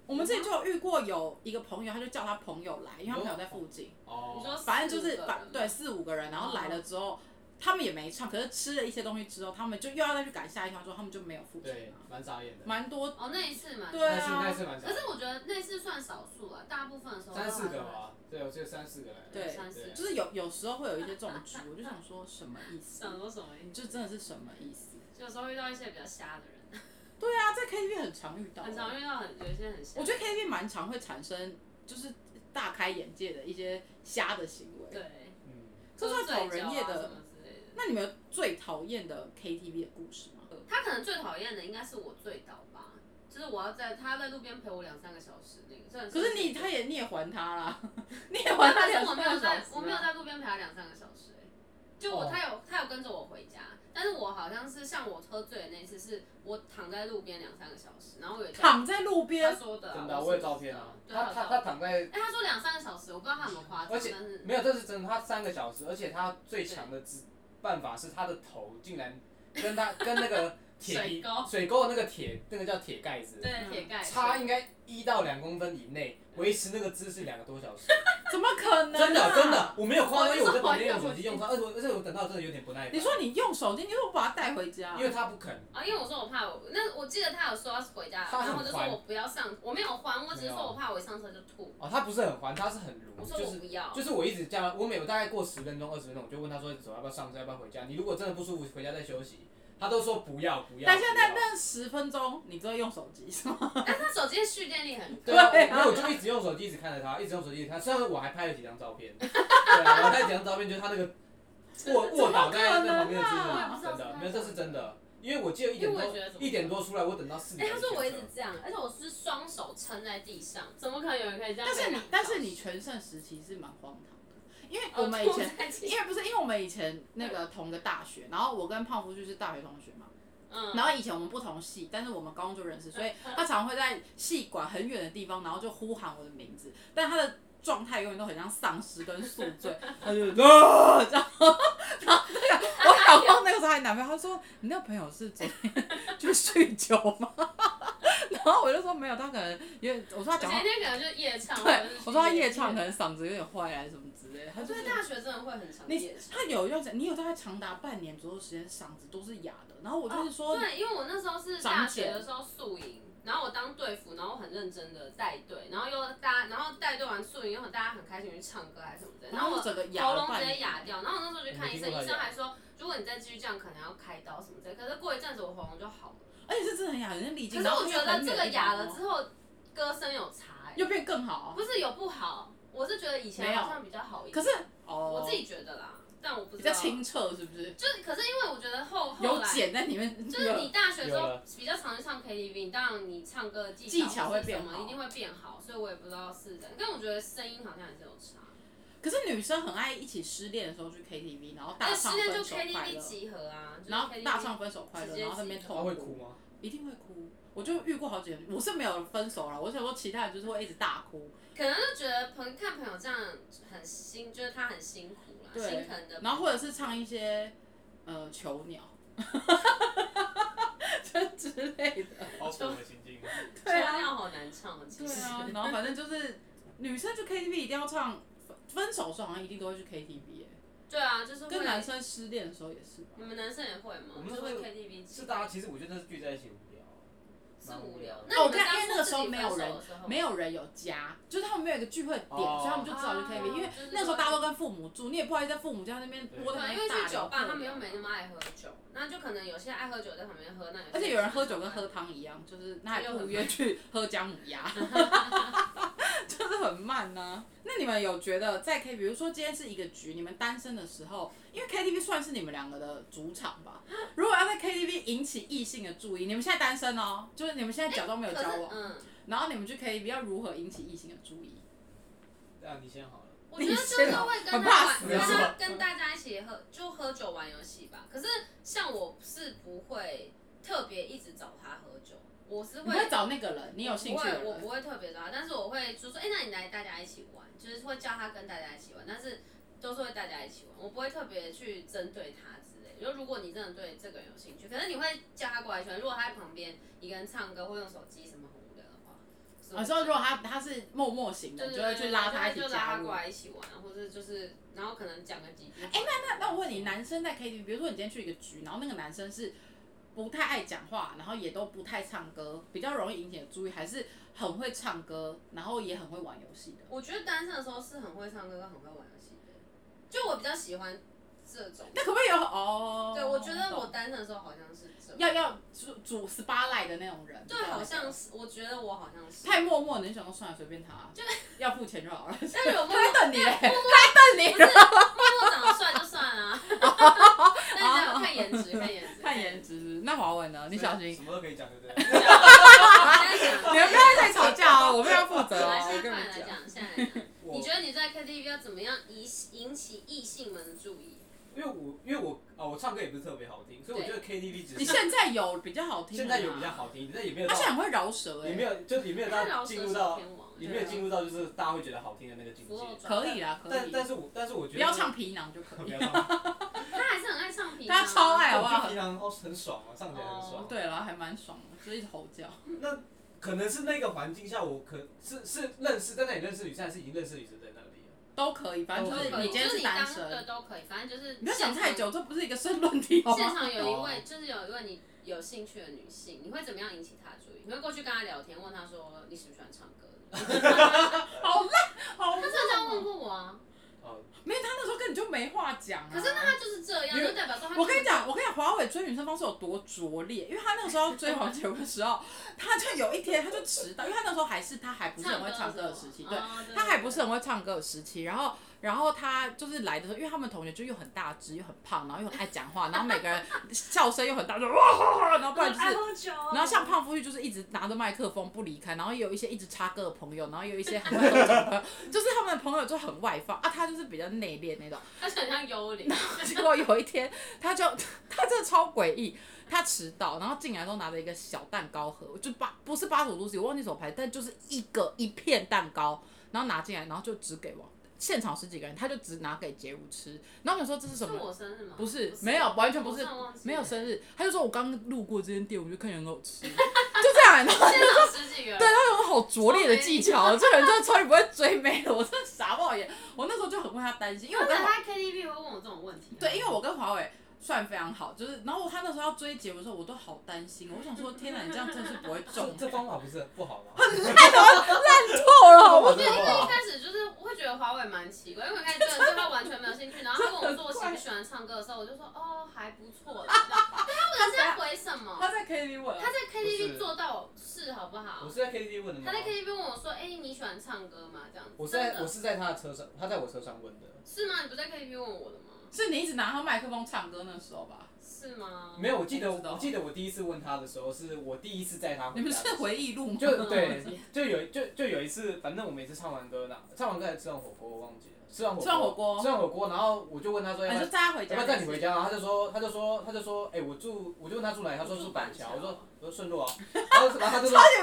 [SPEAKER 1] 我们之前就有遇过有一个朋友，他就叫他朋友来，因为他朋友在附近，
[SPEAKER 4] 哦，
[SPEAKER 3] 你说
[SPEAKER 1] 反正就是
[SPEAKER 3] 四五个人
[SPEAKER 1] 反
[SPEAKER 3] 吗
[SPEAKER 1] 对四五个人，然后来了之后，他们也没唱，可是吃了一些东西之后，他们就又要再去赶下一团，说他们就没有付钱
[SPEAKER 4] 对
[SPEAKER 1] 啊，，
[SPEAKER 4] 蛮傻眼的。
[SPEAKER 1] 蛮多
[SPEAKER 3] 哦，那一次嘛，
[SPEAKER 1] 对
[SPEAKER 4] 那是
[SPEAKER 1] 啊
[SPEAKER 4] 那是蛮傻
[SPEAKER 3] 可
[SPEAKER 4] 眼
[SPEAKER 3] 是我觉得那次算少数了，大部分的时候都
[SPEAKER 4] 三四
[SPEAKER 3] 还
[SPEAKER 4] 个
[SPEAKER 3] 好
[SPEAKER 4] 吧，对，我记得三四个来的。
[SPEAKER 1] 对
[SPEAKER 3] 三四个
[SPEAKER 1] 就是有有时候会有一些这种局，我就想说什么意思
[SPEAKER 3] 想，说什么意
[SPEAKER 1] 就真的是什么意思？
[SPEAKER 3] 思？有时候遇到一些比较瞎的人，
[SPEAKER 1] 对啊，在 KTV 很常遇到，啊
[SPEAKER 3] 很常遇到很有一些很瞎。
[SPEAKER 1] 我觉得 KTV 蛮常会产生就是大开眼界的一些瞎的行为。
[SPEAKER 3] 对，
[SPEAKER 4] 嗯，
[SPEAKER 1] 这算讨人厌的
[SPEAKER 3] 喝醉酒啊什么之类的。
[SPEAKER 1] 那你们有最讨厌的 KTV 的故事吗？
[SPEAKER 3] 他可能最讨厌的应该是我醉倒吧，就是我要在他在路边陪我两三个小时那个，真的
[SPEAKER 1] 可是你，
[SPEAKER 3] 受不
[SPEAKER 1] 他
[SPEAKER 3] 了
[SPEAKER 1] 也你也还他 <laughs> 啦，你也还他
[SPEAKER 3] 但
[SPEAKER 1] 两
[SPEAKER 3] 是我
[SPEAKER 1] 三
[SPEAKER 3] 没
[SPEAKER 1] 个小
[SPEAKER 3] 有
[SPEAKER 1] 时、
[SPEAKER 3] 在
[SPEAKER 1] 啊，
[SPEAKER 3] 我没有在路边陪他两三个小时、欸，就我、
[SPEAKER 4] 哦
[SPEAKER 3] 他有他有跟着我回家，但是我好像是像我喝醉的那一次，是我躺在路边两三个小时，然后我有
[SPEAKER 1] 躺在路 <laughs>
[SPEAKER 3] 他
[SPEAKER 1] 边，
[SPEAKER 3] 说的啊、
[SPEAKER 4] 真的啊，
[SPEAKER 3] 是
[SPEAKER 4] 我有照片啊。
[SPEAKER 3] 对
[SPEAKER 4] 他他他躺在
[SPEAKER 3] 哎、他说两三个小时，我不知道他有没有夸张，
[SPEAKER 4] 而且
[SPEAKER 3] 但是
[SPEAKER 4] 没有，这是真的。他三个小时，而且他最强的之办法是他的头竟然跟他跟那个铁皮
[SPEAKER 3] 水沟
[SPEAKER 4] 水沟的那个铁，那个叫铁盖子，
[SPEAKER 1] 嗯
[SPEAKER 3] 对，铁盖
[SPEAKER 4] 差应该一到两公分以内，维持那个姿势两个多小时，
[SPEAKER 1] 怎么可能、啊？
[SPEAKER 4] 真的真的，我没有夸张，
[SPEAKER 3] 我
[SPEAKER 4] 因为我在旁边
[SPEAKER 3] 我
[SPEAKER 4] 用手机用到，而且我而且我等到真的有点不耐烦，
[SPEAKER 1] 你说你用手机，你说我把它带回家
[SPEAKER 4] 因，为他不肯，
[SPEAKER 3] 啊，因为我说我怕我，那我记得他有说要回家，
[SPEAKER 4] 他很
[SPEAKER 3] 然后我就说
[SPEAKER 4] 还
[SPEAKER 3] 我不要上，我没有还，我只是
[SPEAKER 4] 没有
[SPEAKER 3] 说我怕我一上车就吐，
[SPEAKER 4] 哦，他不是很还，他是很如，
[SPEAKER 3] 我
[SPEAKER 4] 就
[SPEAKER 3] 说我
[SPEAKER 4] 是
[SPEAKER 3] 不要，
[SPEAKER 4] 就是我一直叫他，我每我大概过十分钟二十分钟，我就问他说走要不要上车，要不要回家，你如果真的不舒服回家再休息，他都说不要不要，
[SPEAKER 1] 但现在
[SPEAKER 4] 不要
[SPEAKER 1] 那十分钟你都在用手机是吗？
[SPEAKER 3] 但他手机的蓄电力很高
[SPEAKER 4] 对，啊，
[SPEAKER 1] 对
[SPEAKER 4] 然后我就一直用手机，一直看着他，一直用手机一直看。虽然我还拍了几张照片， <laughs> 对啊，我还拍了几张照片，就是他那个卧卧倒在那旁边的姿
[SPEAKER 1] 怎么可
[SPEAKER 3] 能啊
[SPEAKER 4] 势，真的，没有，这是真的。因为我记得一点
[SPEAKER 3] 因为
[SPEAKER 4] 多
[SPEAKER 3] 我觉得怎么
[SPEAKER 4] 一点多出来，我等到四
[SPEAKER 3] 哎、
[SPEAKER 4] 点才
[SPEAKER 3] 他
[SPEAKER 4] 去车。
[SPEAKER 3] 说我一直这样，而且我是双手撑在地上，怎么可能有人可以这样
[SPEAKER 1] 但
[SPEAKER 3] 被
[SPEAKER 1] 是
[SPEAKER 4] <laughs>
[SPEAKER 1] 你
[SPEAKER 3] 两个小时？
[SPEAKER 1] 但是你全盛时期是蛮荒唐的，因为我
[SPEAKER 3] 哦
[SPEAKER 1] 们
[SPEAKER 3] <laughs>
[SPEAKER 1] 以
[SPEAKER 3] 吐
[SPEAKER 1] 前。
[SPEAKER 3] 在地
[SPEAKER 1] 因为不是，因为我们以前那个同个大学，然后我跟胖夫就是大学同学嘛，
[SPEAKER 3] 嗯，
[SPEAKER 1] 然后以前我们不同系，但是我们高中就认识，所以他常会在系馆很远的地方，然后就呼喊我的名字，但他的状态永远都很像丧尸跟宿醉，他就啊这样，然后那个我老公那个时候还男朋友，他说你那个朋友是昨天就酗酒吗？ <laughs> 然后我就说没有，他可能因为我说他
[SPEAKER 3] 嗯前
[SPEAKER 1] 讲话
[SPEAKER 3] 一，天可能就是夜唱，
[SPEAKER 1] 对
[SPEAKER 3] 或者是去
[SPEAKER 1] 我说他夜唱可能嗓子有点坏啊什么之类的，他
[SPEAKER 3] 我
[SPEAKER 1] 就
[SPEAKER 3] 觉
[SPEAKER 1] 是
[SPEAKER 3] 得大学真的会很常
[SPEAKER 1] 你
[SPEAKER 3] 夜唱。
[SPEAKER 1] 他有一段时间，你有大概长达半年左右时间嗓子都是哑的，然后我就是说，
[SPEAKER 3] 对，因为我那时候是大
[SPEAKER 1] 长
[SPEAKER 3] 学
[SPEAKER 1] 茧
[SPEAKER 3] 的时候宿营，然后我当队服，然后很认真的带队，然后又大，然后带队完宿营，又很大家很开心去唱歌还是什么的，
[SPEAKER 1] 然
[SPEAKER 3] 后
[SPEAKER 1] 后
[SPEAKER 3] 我
[SPEAKER 1] 啊整个哑
[SPEAKER 3] 喉
[SPEAKER 1] 了
[SPEAKER 3] 咙
[SPEAKER 1] 半
[SPEAKER 3] 直接
[SPEAKER 1] 年
[SPEAKER 3] 哑掉，然后我那时候去看医生，
[SPEAKER 4] 我没听过他
[SPEAKER 3] 医生
[SPEAKER 4] 哑
[SPEAKER 3] 还说，如果你再继续这样，可能要开刀什么之类。可是过一阵子我喉咙就好了，
[SPEAKER 1] 而且是真的很哑，人家历
[SPEAKER 3] 可
[SPEAKER 1] 经。
[SPEAKER 3] 是我觉
[SPEAKER 1] 然
[SPEAKER 3] 得
[SPEAKER 1] 后
[SPEAKER 3] 这个哑了
[SPEAKER 1] 后
[SPEAKER 3] 之后，歌声有差、欸，
[SPEAKER 1] 又变更好啊。
[SPEAKER 3] 不是有不好，我是觉得以前
[SPEAKER 1] 没有
[SPEAKER 3] 好像比较好一点，
[SPEAKER 1] 可是哦，
[SPEAKER 3] 我自己觉得啦，但我不
[SPEAKER 1] 比
[SPEAKER 3] 知道
[SPEAKER 1] 较，清澈，是不是？
[SPEAKER 3] 就是可是因为我觉得后后
[SPEAKER 1] 有
[SPEAKER 3] 来。
[SPEAKER 1] 茧在里面，
[SPEAKER 3] 就是你大学之
[SPEAKER 4] 有
[SPEAKER 3] 后
[SPEAKER 4] 了
[SPEAKER 3] 比较常去唱 KTV，你当然你唱歌的技
[SPEAKER 1] 技
[SPEAKER 3] 巧
[SPEAKER 1] 巧
[SPEAKER 3] 或
[SPEAKER 1] 会
[SPEAKER 3] 是什
[SPEAKER 1] 变
[SPEAKER 3] 么
[SPEAKER 1] 好
[SPEAKER 3] 一定会变好，所以我也不知道是的，但我觉得声音好像还是有差。
[SPEAKER 1] 可是女生很爱一起失恋的时候去 KTV，然后大
[SPEAKER 3] 但
[SPEAKER 1] 唱
[SPEAKER 3] 呃失恋就
[SPEAKER 1] 分手快
[SPEAKER 3] KTV
[SPEAKER 1] 乐，
[SPEAKER 3] 集合啊，就是
[SPEAKER 1] 然后
[SPEAKER 3] KTV
[SPEAKER 1] 大唱分手快乐，
[SPEAKER 3] 直接
[SPEAKER 1] 然后在那边
[SPEAKER 3] 集
[SPEAKER 1] 痛
[SPEAKER 4] 他会哭，吗？
[SPEAKER 1] 一定会哭。我就遇过好几人，我是没有分手了，我想说其他人就是会一直大哭，
[SPEAKER 3] 可能就觉得朋看朋友这样很辛，就是他很辛苦啦，
[SPEAKER 1] 对
[SPEAKER 3] 心疼的。
[SPEAKER 1] 然后或者是唱一些呃囚鸟，就之类的。
[SPEAKER 2] 好符合情境。
[SPEAKER 1] 对啊
[SPEAKER 3] 说尿好难唱哦，其
[SPEAKER 1] 对
[SPEAKER 3] 实。
[SPEAKER 1] 啊，然后反正就是女生去 KTV 一定要唱，分分手的时候好像一定都会去 KTV，、欸、
[SPEAKER 3] 对啊，就是会
[SPEAKER 1] 跟男生失恋的时候也是吧。
[SPEAKER 3] 你们男生也会吗
[SPEAKER 4] 我？们
[SPEAKER 3] 就会
[SPEAKER 4] 是
[SPEAKER 3] KTV 集
[SPEAKER 4] 是大家其实我觉得那是聚在一起无聊，
[SPEAKER 3] 是
[SPEAKER 4] 蛮
[SPEAKER 3] 无聊。
[SPEAKER 1] 哦
[SPEAKER 3] 那
[SPEAKER 1] 我
[SPEAKER 3] 你们
[SPEAKER 1] 看因为那个
[SPEAKER 3] 当初
[SPEAKER 1] 时候
[SPEAKER 3] 自己
[SPEAKER 1] 没
[SPEAKER 3] 分
[SPEAKER 1] 有
[SPEAKER 3] 手
[SPEAKER 1] 人
[SPEAKER 3] 的时候
[SPEAKER 1] 没有人有家，就是他们没有一个聚会点，
[SPEAKER 4] 哦
[SPEAKER 1] 所以他们就只好去 KTV，、
[SPEAKER 3] 哦
[SPEAKER 1] 因为
[SPEAKER 3] 就是
[SPEAKER 1] 那时候大家都跟父母住，你也不好意思在父母家那边窝在
[SPEAKER 3] 对，
[SPEAKER 1] 那
[SPEAKER 3] 因为
[SPEAKER 1] 边大
[SPEAKER 3] 去酒
[SPEAKER 1] 聊
[SPEAKER 3] 吧
[SPEAKER 1] 特
[SPEAKER 3] 他们又没那
[SPEAKER 1] 聊
[SPEAKER 3] 么爱喝酒，那就可能有些爱喝酒在旁边喝，那
[SPEAKER 1] 而且有人喝酒跟喝汤一样，就是那还不如约去喝姜母
[SPEAKER 3] <laughs>
[SPEAKER 1] 鸭， <laughs> 就是很慢呐、那你们有觉得在 K，比如说今天是一个局，你们单身的时候，因为 KTV 算是你们两个的主场吧。如果要在 KTV 引起异性的注意，你们现在单身哦，就是你们现在假装没有
[SPEAKER 3] 可
[SPEAKER 1] 交
[SPEAKER 3] 是
[SPEAKER 1] 往，
[SPEAKER 3] 嗯，
[SPEAKER 1] <laughs> 然后你们去 KTV 要如何引起异性的注意？
[SPEAKER 4] 啊，你先好了。
[SPEAKER 3] 我觉得就是会跟
[SPEAKER 1] 很怕
[SPEAKER 3] 他玩，
[SPEAKER 1] 死
[SPEAKER 3] 跟
[SPEAKER 4] 是
[SPEAKER 3] 他
[SPEAKER 4] 吧
[SPEAKER 3] 跟大家一起喝，就喝酒玩游戏吧。可是像我是不会特别一直找他喝酒，我是
[SPEAKER 1] 你
[SPEAKER 3] 会
[SPEAKER 1] 会找那个人，你有兴
[SPEAKER 3] 不
[SPEAKER 1] 趣
[SPEAKER 3] 会
[SPEAKER 1] 的，
[SPEAKER 3] 我不
[SPEAKER 1] 人。
[SPEAKER 3] 会特别找啊他，但是我会就说，哎、那你来大家一起玩，就是会叫他跟大家一起玩，但是都是会大家一起玩，我不会特别去针对他之类。就如果你真的对这个人有兴趣，可是你会叫他过来一起玩。如果他在旁边一个人唱歌或用手机什么很无聊的话，是
[SPEAKER 1] 啊，
[SPEAKER 3] 我
[SPEAKER 1] 所以如果他他是默默型的，
[SPEAKER 3] 对
[SPEAKER 1] 你就
[SPEAKER 3] 对对
[SPEAKER 1] 会
[SPEAKER 3] 对
[SPEAKER 1] 去
[SPEAKER 3] 对
[SPEAKER 1] 拉
[SPEAKER 3] 就
[SPEAKER 1] 他
[SPEAKER 3] 会
[SPEAKER 1] 一起
[SPEAKER 3] 就拉
[SPEAKER 1] 加
[SPEAKER 3] 他
[SPEAKER 1] 入
[SPEAKER 3] 过。来一起玩，啊或者就是然后可能讲个几句。哎、
[SPEAKER 1] 那那我问你，男生在 KTV，比如说你今天去一个局，然后那个男生是不太爱讲话，然后也都不太唱歌，比较容易引起你的注意，还是很会唱歌，然后也很会玩游戏的？
[SPEAKER 3] 我觉得单身的时候是很会唱歌跟很会玩游戏的，就我比较喜欢这种。
[SPEAKER 1] 那可不可以有哦？
[SPEAKER 3] 对，我觉得我
[SPEAKER 1] 懂
[SPEAKER 3] 单身的时候好像是这样。
[SPEAKER 1] 要要主主 SPA 赖的那种人，
[SPEAKER 3] 对，好像
[SPEAKER 1] 是
[SPEAKER 3] 是，我觉得我好像是。
[SPEAKER 1] 太默默的，你想说算了，随便他，就要付钱就好了。
[SPEAKER 3] <laughs>
[SPEAKER 1] 他
[SPEAKER 3] 但是我默默
[SPEAKER 1] 在等你嘞，他在
[SPEAKER 3] 不
[SPEAKER 1] 等
[SPEAKER 3] 是
[SPEAKER 1] 你，
[SPEAKER 3] 默默长
[SPEAKER 1] <laughs>
[SPEAKER 3] 得帅就算了、啊，但是要看颜值，看颜值，
[SPEAKER 1] 看颜
[SPEAKER 3] 值。
[SPEAKER 1] 值。那华文呢？你小心，
[SPEAKER 4] 什么都可以讲，对不对？
[SPEAKER 1] 啊你们不要再吵架哦，我们要负责
[SPEAKER 3] 来，
[SPEAKER 1] 哦。我
[SPEAKER 3] 现在
[SPEAKER 1] 跟你
[SPEAKER 3] 快
[SPEAKER 1] 们
[SPEAKER 3] 来
[SPEAKER 1] 讲，
[SPEAKER 3] 讲，现在来讲。
[SPEAKER 4] 我
[SPEAKER 3] 你觉得你在 KTV 要怎么样引引起异性们的注意？
[SPEAKER 4] 因为我因为我啊、我唱歌也不是特别好听，所以我觉得 KTV 只
[SPEAKER 1] 你
[SPEAKER 4] 是
[SPEAKER 1] 现在有比较好听的
[SPEAKER 4] 现
[SPEAKER 1] 吗，
[SPEAKER 4] 在有比较好听，但也没有
[SPEAKER 1] 他
[SPEAKER 4] 到
[SPEAKER 1] 现在很会饶舌哎、
[SPEAKER 4] 也没有就也没有
[SPEAKER 3] 他
[SPEAKER 4] 到
[SPEAKER 3] 饶
[SPEAKER 4] 进
[SPEAKER 3] 舌
[SPEAKER 4] 入
[SPEAKER 3] 小
[SPEAKER 4] 到
[SPEAKER 3] 天王，
[SPEAKER 4] 也没有进入到就是大家会觉得好听的那个境界
[SPEAKER 3] 福。肉
[SPEAKER 1] 可
[SPEAKER 3] 转，
[SPEAKER 1] 以啊啦，可
[SPEAKER 4] 但
[SPEAKER 1] 以，
[SPEAKER 4] 但是我但是我觉得
[SPEAKER 1] 不要唱皮囊就可
[SPEAKER 4] <laughs> 不
[SPEAKER 1] 以。
[SPEAKER 4] 要唱，
[SPEAKER 3] 他还是很爱唱皮囊啊。
[SPEAKER 1] 他超爱好好不好哦
[SPEAKER 4] 就平常哦很爽啊，唱起来很爽。
[SPEAKER 1] 对了，还蛮爽的，就一直吼叫。
[SPEAKER 4] 那可能是那个环境下，我可是是认识在那里认识女生，还是已经认识女生在那里了？
[SPEAKER 1] 都可以，反正就是
[SPEAKER 4] 都
[SPEAKER 1] 你
[SPEAKER 4] 可以
[SPEAKER 1] 今天
[SPEAKER 3] 就是你
[SPEAKER 1] 单
[SPEAKER 3] 当的
[SPEAKER 1] 身，
[SPEAKER 3] 都可以，反正就是
[SPEAKER 1] 你不要想
[SPEAKER 3] 现
[SPEAKER 1] 太
[SPEAKER 3] 场
[SPEAKER 1] 久，这不是一个申论题好
[SPEAKER 3] 现
[SPEAKER 1] 吗？
[SPEAKER 3] 场有一位
[SPEAKER 4] 哦，
[SPEAKER 3] 就是有一位你有兴趣的女性，你会怎么样引起她的注意？你会过去跟她聊天，问她说你喜不喜欢唱歌？
[SPEAKER 1] 好累，好累。
[SPEAKER 3] 她真的这样问过我啊，
[SPEAKER 4] 哦，
[SPEAKER 1] 没有，他那时候根本就没话讲啊。
[SPEAKER 3] 可是那她就是这样，
[SPEAKER 4] 因为
[SPEAKER 3] 就代表说她。
[SPEAKER 1] 我跟你，讲，我跟你讲，华伟追女生方式有多拙劣，因为他那个时候追黄杰文的时候，他就有一天他就迟到，因为他那时候还是他还不是很会唱歌的时期，对，
[SPEAKER 3] 哦
[SPEAKER 1] 他还不是很会唱歌的时期，然后。然后他就是来的时候，因为他们同学就又很大只，又很胖，然后又很爱讲话，然后每个人笑声又很大，就哇，然后不然就是
[SPEAKER 3] 喝酒哦，
[SPEAKER 1] 然后像胖夫去就是一直拿着麦克风不离开，然后也有一些一直插歌的朋友，然后也有一些很会喝酒的朋友，就是他们的朋友就很外放啊，他就是比较内敛那种。
[SPEAKER 3] 她是很像幽灵，
[SPEAKER 1] <laughs> 结果有一天，他就 <laughs> 他真的超诡异，他迟到，然后进来都拿着一个小蛋糕盒，就八不是八九度 C，我忘记什么牌子，但就是一个一片蛋糕，然后拿进来，然后就只给王，现场十几个人，他就只拿给杰如吃，然后我想说这是什
[SPEAKER 3] 是
[SPEAKER 1] 么？
[SPEAKER 3] 我生日吗？
[SPEAKER 1] 不是，没有，完全不是
[SPEAKER 3] 我突然忘记，了
[SPEAKER 1] 没有生日。他就说我刚路过这间店，我就看起来很好
[SPEAKER 3] <laughs>
[SPEAKER 1] 吃，就这样。然后
[SPEAKER 3] 现场十几个人，
[SPEAKER 1] 对，他有好拙劣的技巧，哦这个人真的超级不会追妹的，我真的傻爆眼。我那时候就很为他担心，因为
[SPEAKER 3] 他
[SPEAKER 1] 我
[SPEAKER 3] 们
[SPEAKER 1] 跟
[SPEAKER 3] 在 KTV 会问我这种问题，
[SPEAKER 1] 对，因为我跟华伟算非常好，就是然后他那时候要追杰的时候，我都好担心，哦我想说天哪，你这样真的是不会中
[SPEAKER 4] 这 <laughs> 这方法不是很不
[SPEAKER 1] <laughs>
[SPEAKER 4] 好吗？
[SPEAKER 1] 透了，好不好
[SPEAKER 3] 对，因为一开始就是会觉得华伟蛮奇怪，因为我一开始真的对他完全没有兴趣，
[SPEAKER 1] <laughs>
[SPEAKER 3] 然后他问我说我喜不喜欢唱歌的时候，我就说哦还不
[SPEAKER 1] <laughs>
[SPEAKER 3] 错啦，这样但他不知道回什么，
[SPEAKER 1] 他在 KTV 问啊，
[SPEAKER 3] 他在
[SPEAKER 4] 不
[SPEAKER 3] KTV
[SPEAKER 4] 是
[SPEAKER 3] 做到是好不好
[SPEAKER 4] 我？是在 KTV 问的吗
[SPEAKER 3] 他？在 KTV 问我说，哎、你喜欢唱歌吗？这样子，
[SPEAKER 4] 我是
[SPEAKER 3] 真
[SPEAKER 4] 在
[SPEAKER 3] 的
[SPEAKER 4] 我是在他的车上，他在我车上问的。
[SPEAKER 3] 是吗？你不是在 KTV 问我的吗？
[SPEAKER 1] 是你一直拿他麦克风唱歌那时候吧？
[SPEAKER 3] 是吗？
[SPEAKER 4] 没有，我记得
[SPEAKER 1] 我不知道
[SPEAKER 4] 我记得我第一次问他的时候，是我第一次载他回家
[SPEAKER 1] 你们
[SPEAKER 4] 的时
[SPEAKER 1] 是
[SPEAKER 4] 候。
[SPEAKER 1] 回忆录吗？ <laughs>
[SPEAKER 4] 就对，就有就就有一次，反正我每次唱完歌呢，唱完歌还是吃完火锅，我忘记了，吃完火锅，
[SPEAKER 1] 吃完火锅
[SPEAKER 4] 吃完火锅，然后我就问他说要
[SPEAKER 1] 啊
[SPEAKER 4] 不
[SPEAKER 1] 你
[SPEAKER 4] 要
[SPEAKER 1] 就载他回
[SPEAKER 4] 要
[SPEAKER 1] 家，
[SPEAKER 4] 不要载你回家，然啊后他就说他就说他就说，哎、我住，我就问他住哪里，他说
[SPEAKER 3] 我住
[SPEAKER 4] 住板桥，
[SPEAKER 3] 板桥
[SPEAKER 4] 我说我说顺路啊，然后然后他就说
[SPEAKER 1] 超，级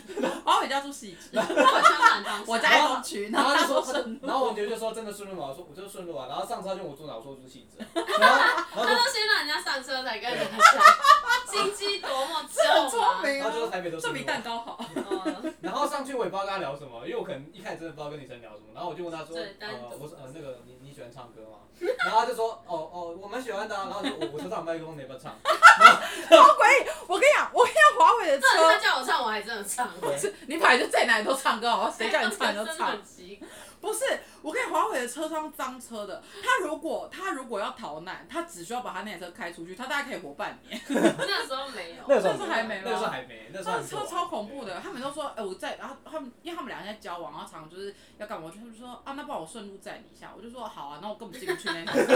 [SPEAKER 1] 不顺，华伟家住西子，
[SPEAKER 3] 我相反方式
[SPEAKER 1] 我家在东区，
[SPEAKER 4] 然
[SPEAKER 1] 然
[SPEAKER 4] 后
[SPEAKER 1] 后
[SPEAKER 4] 他
[SPEAKER 1] 他
[SPEAKER 4] 就说他
[SPEAKER 1] 说是
[SPEAKER 4] 就，然后我女儿就说真的顺路吗？我说我就是顺路啊，然后上车他就问我住哪，我说我住戏子啊，然后然后
[SPEAKER 3] 他
[SPEAKER 4] 就
[SPEAKER 3] 都先让人家上车才跟人
[SPEAKER 4] 对
[SPEAKER 3] 家讲，心机多么
[SPEAKER 1] 很
[SPEAKER 3] 重啊！
[SPEAKER 1] 聪明
[SPEAKER 4] 然后就说
[SPEAKER 1] 啊，
[SPEAKER 4] 台北都
[SPEAKER 1] 这
[SPEAKER 4] 顺
[SPEAKER 1] 比
[SPEAKER 4] 路啊
[SPEAKER 1] 蛋。糕
[SPEAKER 4] <laughs>
[SPEAKER 1] 好。
[SPEAKER 3] 嗯
[SPEAKER 4] 然后上去我也不知道跟他聊什么，因为我可能一开始真的不知道跟女生聊什么。然后我就问他说，
[SPEAKER 3] 对单
[SPEAKER 4] 呃，
[SPEAKER 3] 独
[SPEAKER 4] 我说呃那个你你喜欢唱歌吗？ <laughs> 然后他就说哦哦我蛮喜欢的、啊。然后我说我我手上有麦克风，你要不要唱？
[SPEAKER 1] 好诡异！我跟你讲，我跟你讲，华伟的
[SPEAKER 3] 这他
[SPEAKER 1] 车，
[SPEAKER 3] 叫我唱，我还真的唱。
[SPEAKER 4] 对，
[SPEAKER 1] 你本来就在哪里都唱歌，好不好？谁叫你唱你就
[SPEAKER 3] 真的
[SPEAKER 1] 唱
[SPEAKER 3] 很。奇怪
[SPEAKER 1] 不是，我跟你华伟的车窗脏车的，他如果他如果要逃难，他只需要把他那台车开出去，他大概可以活半年。
[SPEAKER 3] 那时候没有，
[SPEAKER 4] <laughs> 那个时候
[SPEAKER 1] 那时候还没吗
[SPEAKER 4] 那个时候还没，那时候
[SPEAKER 1] 他
[SPEAKER 4] 还
[SPEAKER 1] 的
[SPEAKER 4] 没啊
[SPEAKER 1] 车超恐怖的，他们都说，哎、我在，然后他们因为他们两个在交往，然后常常就是要干嘛，我就他们就说啊，那不然我顺路载你一下，我就说好啊，那我根本进不去 <laughs> 那台车，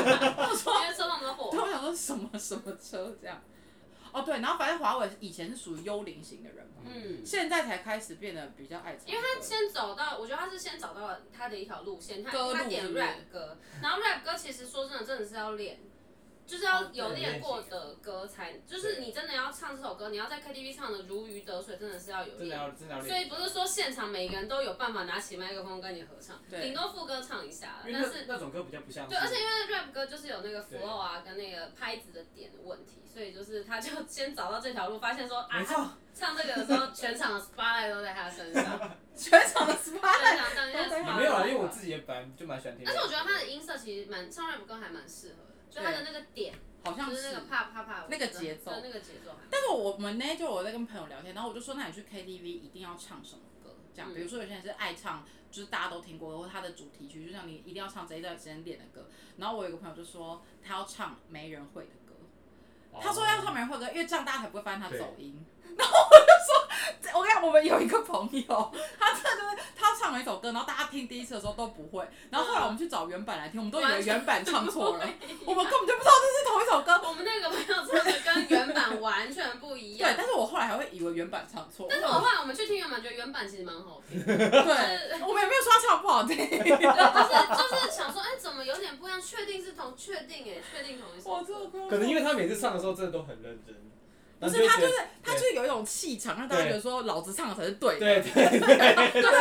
[SPEAKER 1] 我说
[SPEAKER 3] 因为车上的火
[SPEAKER 1] 对，，我想说什么什么车这样。哦对，然后反正华伟以前是属于幽灵型的人嘛，
[SPEAKER 3] 嗯，
[SPEAKER 1] 现在才开始变得比较爱唱歌，
[SPEAKER 3] 因为
[SPEAKER 1] <laughs>
[SPEAKER 3] 他先走到，我觉得他是先找到了他的一条路线，他
[SPEAKER 1] 歌路
[SPEAKER 3] 他
[SPEAKER 1] 是
[SPEAKER 3] 点
[SPEAKER 1] 不是
[SPEAKER 3] rap 歌，然后 rap 歌其实说真的，真的是要练，就是要
[SPEAKER 1] 哦
[SPEAKER 3] 有
[SPEAKER 4] 对
[SPEAKER 3] 练
[SPEAKER 4] 练习
[SPEAKER 3] 过的歌才，就是你真的要唱这首歌，你要在 KTV 唱的如鱼得水，真的是要有
[SPEAKER 4] 真的
[SPEAKER 3] 练。
[SPEAKER 4] 要真的要
[SPEAKER 3] 所
[SPEAKER 4] 练。
[SPEAKER 3] 以不是说现场每个人都有办法拿起麦克风跟你合唱，
[SPEAKER 1] 对
[SPEAKER 3] 顶多副歌唱一下，
[SPEAKER 4] 因
[SPEAKER 3] 但
[SPEAKER 4] 为
[SPEAKER 3] 是
[SPEAKER 4] 那那种歌比较不像是。
[SPEAKER 3] 对，而且因为 rap 歌就是有那个
[SPEAKER 4] 对
[SPEAKER 3] flow 啊，跟那个拍子的点的问题，所以就是他就 <laughs> 先找到这条路，发现说啊
[SPEAKER 4] 没，错，
[SPEAKER 3] 唱这个的时候全场的 spotlight 都在他
[SPEAKER 4] <laughs>
[SPEAKER 3] 身上，
[SPEAKER 1] 全场的 s p o
[SPEAKER 3] 全场当下 spotlight
[SPEAKER 4] 也没有啦，因为我自己也本来就蛮喜欢听。
[SPEAKER 3] 啊但是我觉得他的音色其实蛮唱 rap 歌还蛮适合的，就他的那个点，
[SPEAKER 1] 好像
[SPEAKER 3] 就是
[SPEAKER 1] 是
[SPEAKER 3] 那个啪啪啪
[SPEAKER 1] 那个节奏
[SPEAKER 3] 对那个节奏还蛮。
[SPEAKER 1] 但是我们那天就我在跟朋友聊天，然后我就说，那你去 KTV 一定要唱什么歌？这样，
[SPEAKER 3] 嗯
[SPEAKER 1] 比如说有些人是爱唱，就是大家都听过，或它的主题曲，就像你一定要唱这一段时间练的歌。然后我有一个朋友就说，他要唱没人会的歌，
[SPEAKER 3] 哦
[SPEAKER 4] 哦
[SPEAKER 1] 他说要唱没人会的歌，因为这样大家才不会发现他走音。然后我就说，我跟你讲，我们有一个朋友，他真的就是他唱了一首歌，然后大家听第一次的时候都不会，然后后来我们去找原版来听，我们都以为原版唱错了，
[SPEAKER 3] <laughs>
[SPEAKER 1] 我们根本就不知道这是同一首歌。
[SPEAKER 3] 我们那个朋友唱的跟原版完全不 <laughs> 一
[SPEAKER 1] 对
[SPEAKER 4] <laughs>
[SPEAKER 3] 样，，
[SPEAKER 1] 但是我后来还会以为原版唱错。
[SPEAKER 3] 但是我后来我们去听原版，觉得原版其实蛮好听的，
[SPEAKER 1] 对，我们也没有说他唱不好 <laughs> 听。
[SPEAKER 3] 对，就是 <laughs> 就是想说，哎，怎么有点不一样？确定是同，确定哎，确定同一首歌。
[SPEAKER 1] 可
[SPEAKER 4] 可能因为他每次唱的时候真的都很认真，
[SPEAKER 1] 不
[SPEAKER 4] 然后
[SPEAKER 1] 是他
[SPEAKER 4] 觉
[SPEAKER 1] 就
[SPEAKER 4] 得
[SPEAKER 1] 是他就是有一种气场，让大家觉得说老子唱的才是对的，
[SPEAKER 4] 对对 <laughs> 对
[SPEAKER 1] 对不对？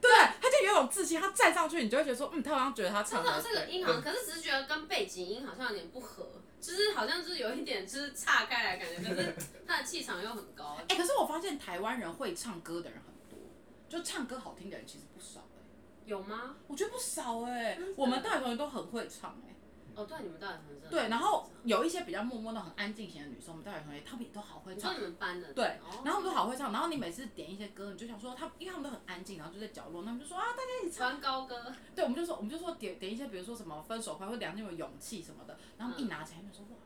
[SPEAKER 1] 对，他就有一种自信，他站上去你就会觉得说，嗯，他好像觉得他
[SPEAKER 3] 真
[SPEAKER 1] 唱
[SPEAKER 3] 的
[SPEAKER 1] 的
[SPEAKER 3] 这个
[SPEAKER 1] 对。
[SPEAKER 3] 音好像，可是只是觉得跟背景音好像有点不合，就是好像就是有一点就是岔开来的感觉，
[SPEAKER 1] <laughs>
[SPEAKER 3] 可是他的气场又很高。
[SPEAKER 1] 哎、可是我发现台湾人会唱歌的人很多，就唱歌好听的人其实不少哎、
[SPEAKER 3] 有吗？
[SPEAKER 1] 我觉得不少哎、
[SPEAKER 3] 真的
[SPEAKER 1] 我们大学同学都很会唱哎、
[SPEAKER 3] 哦，对，你们到底很
[SPEAKER 1] 对，然后有一些比较默默的很安静型的女生，我们大学同学她们也都好会
[SPEAKER 3] 你
[SPEAKER 1] 唱
[SPEAKER 3] 说你，们班的哦
[SPEAKER 1] 对，然后他们都
[SPEAKER 3] 好
[SPEAKER 1] 好会唱，然后你每次点一些歌，你就想说他们，因为他们都很安静，然后就在角落，他们就说啊，大家一起唱。
[SPEAKER 3] 穿高歌，
[SPEAKER 1] 对，我们就说，我们就说点点一些，比如说什么分手快或梁静茹勇气什么的，然
[SPEAKER 3] 嗯
[SPEAKER 1] 后他们一拿起来，他们就说哇，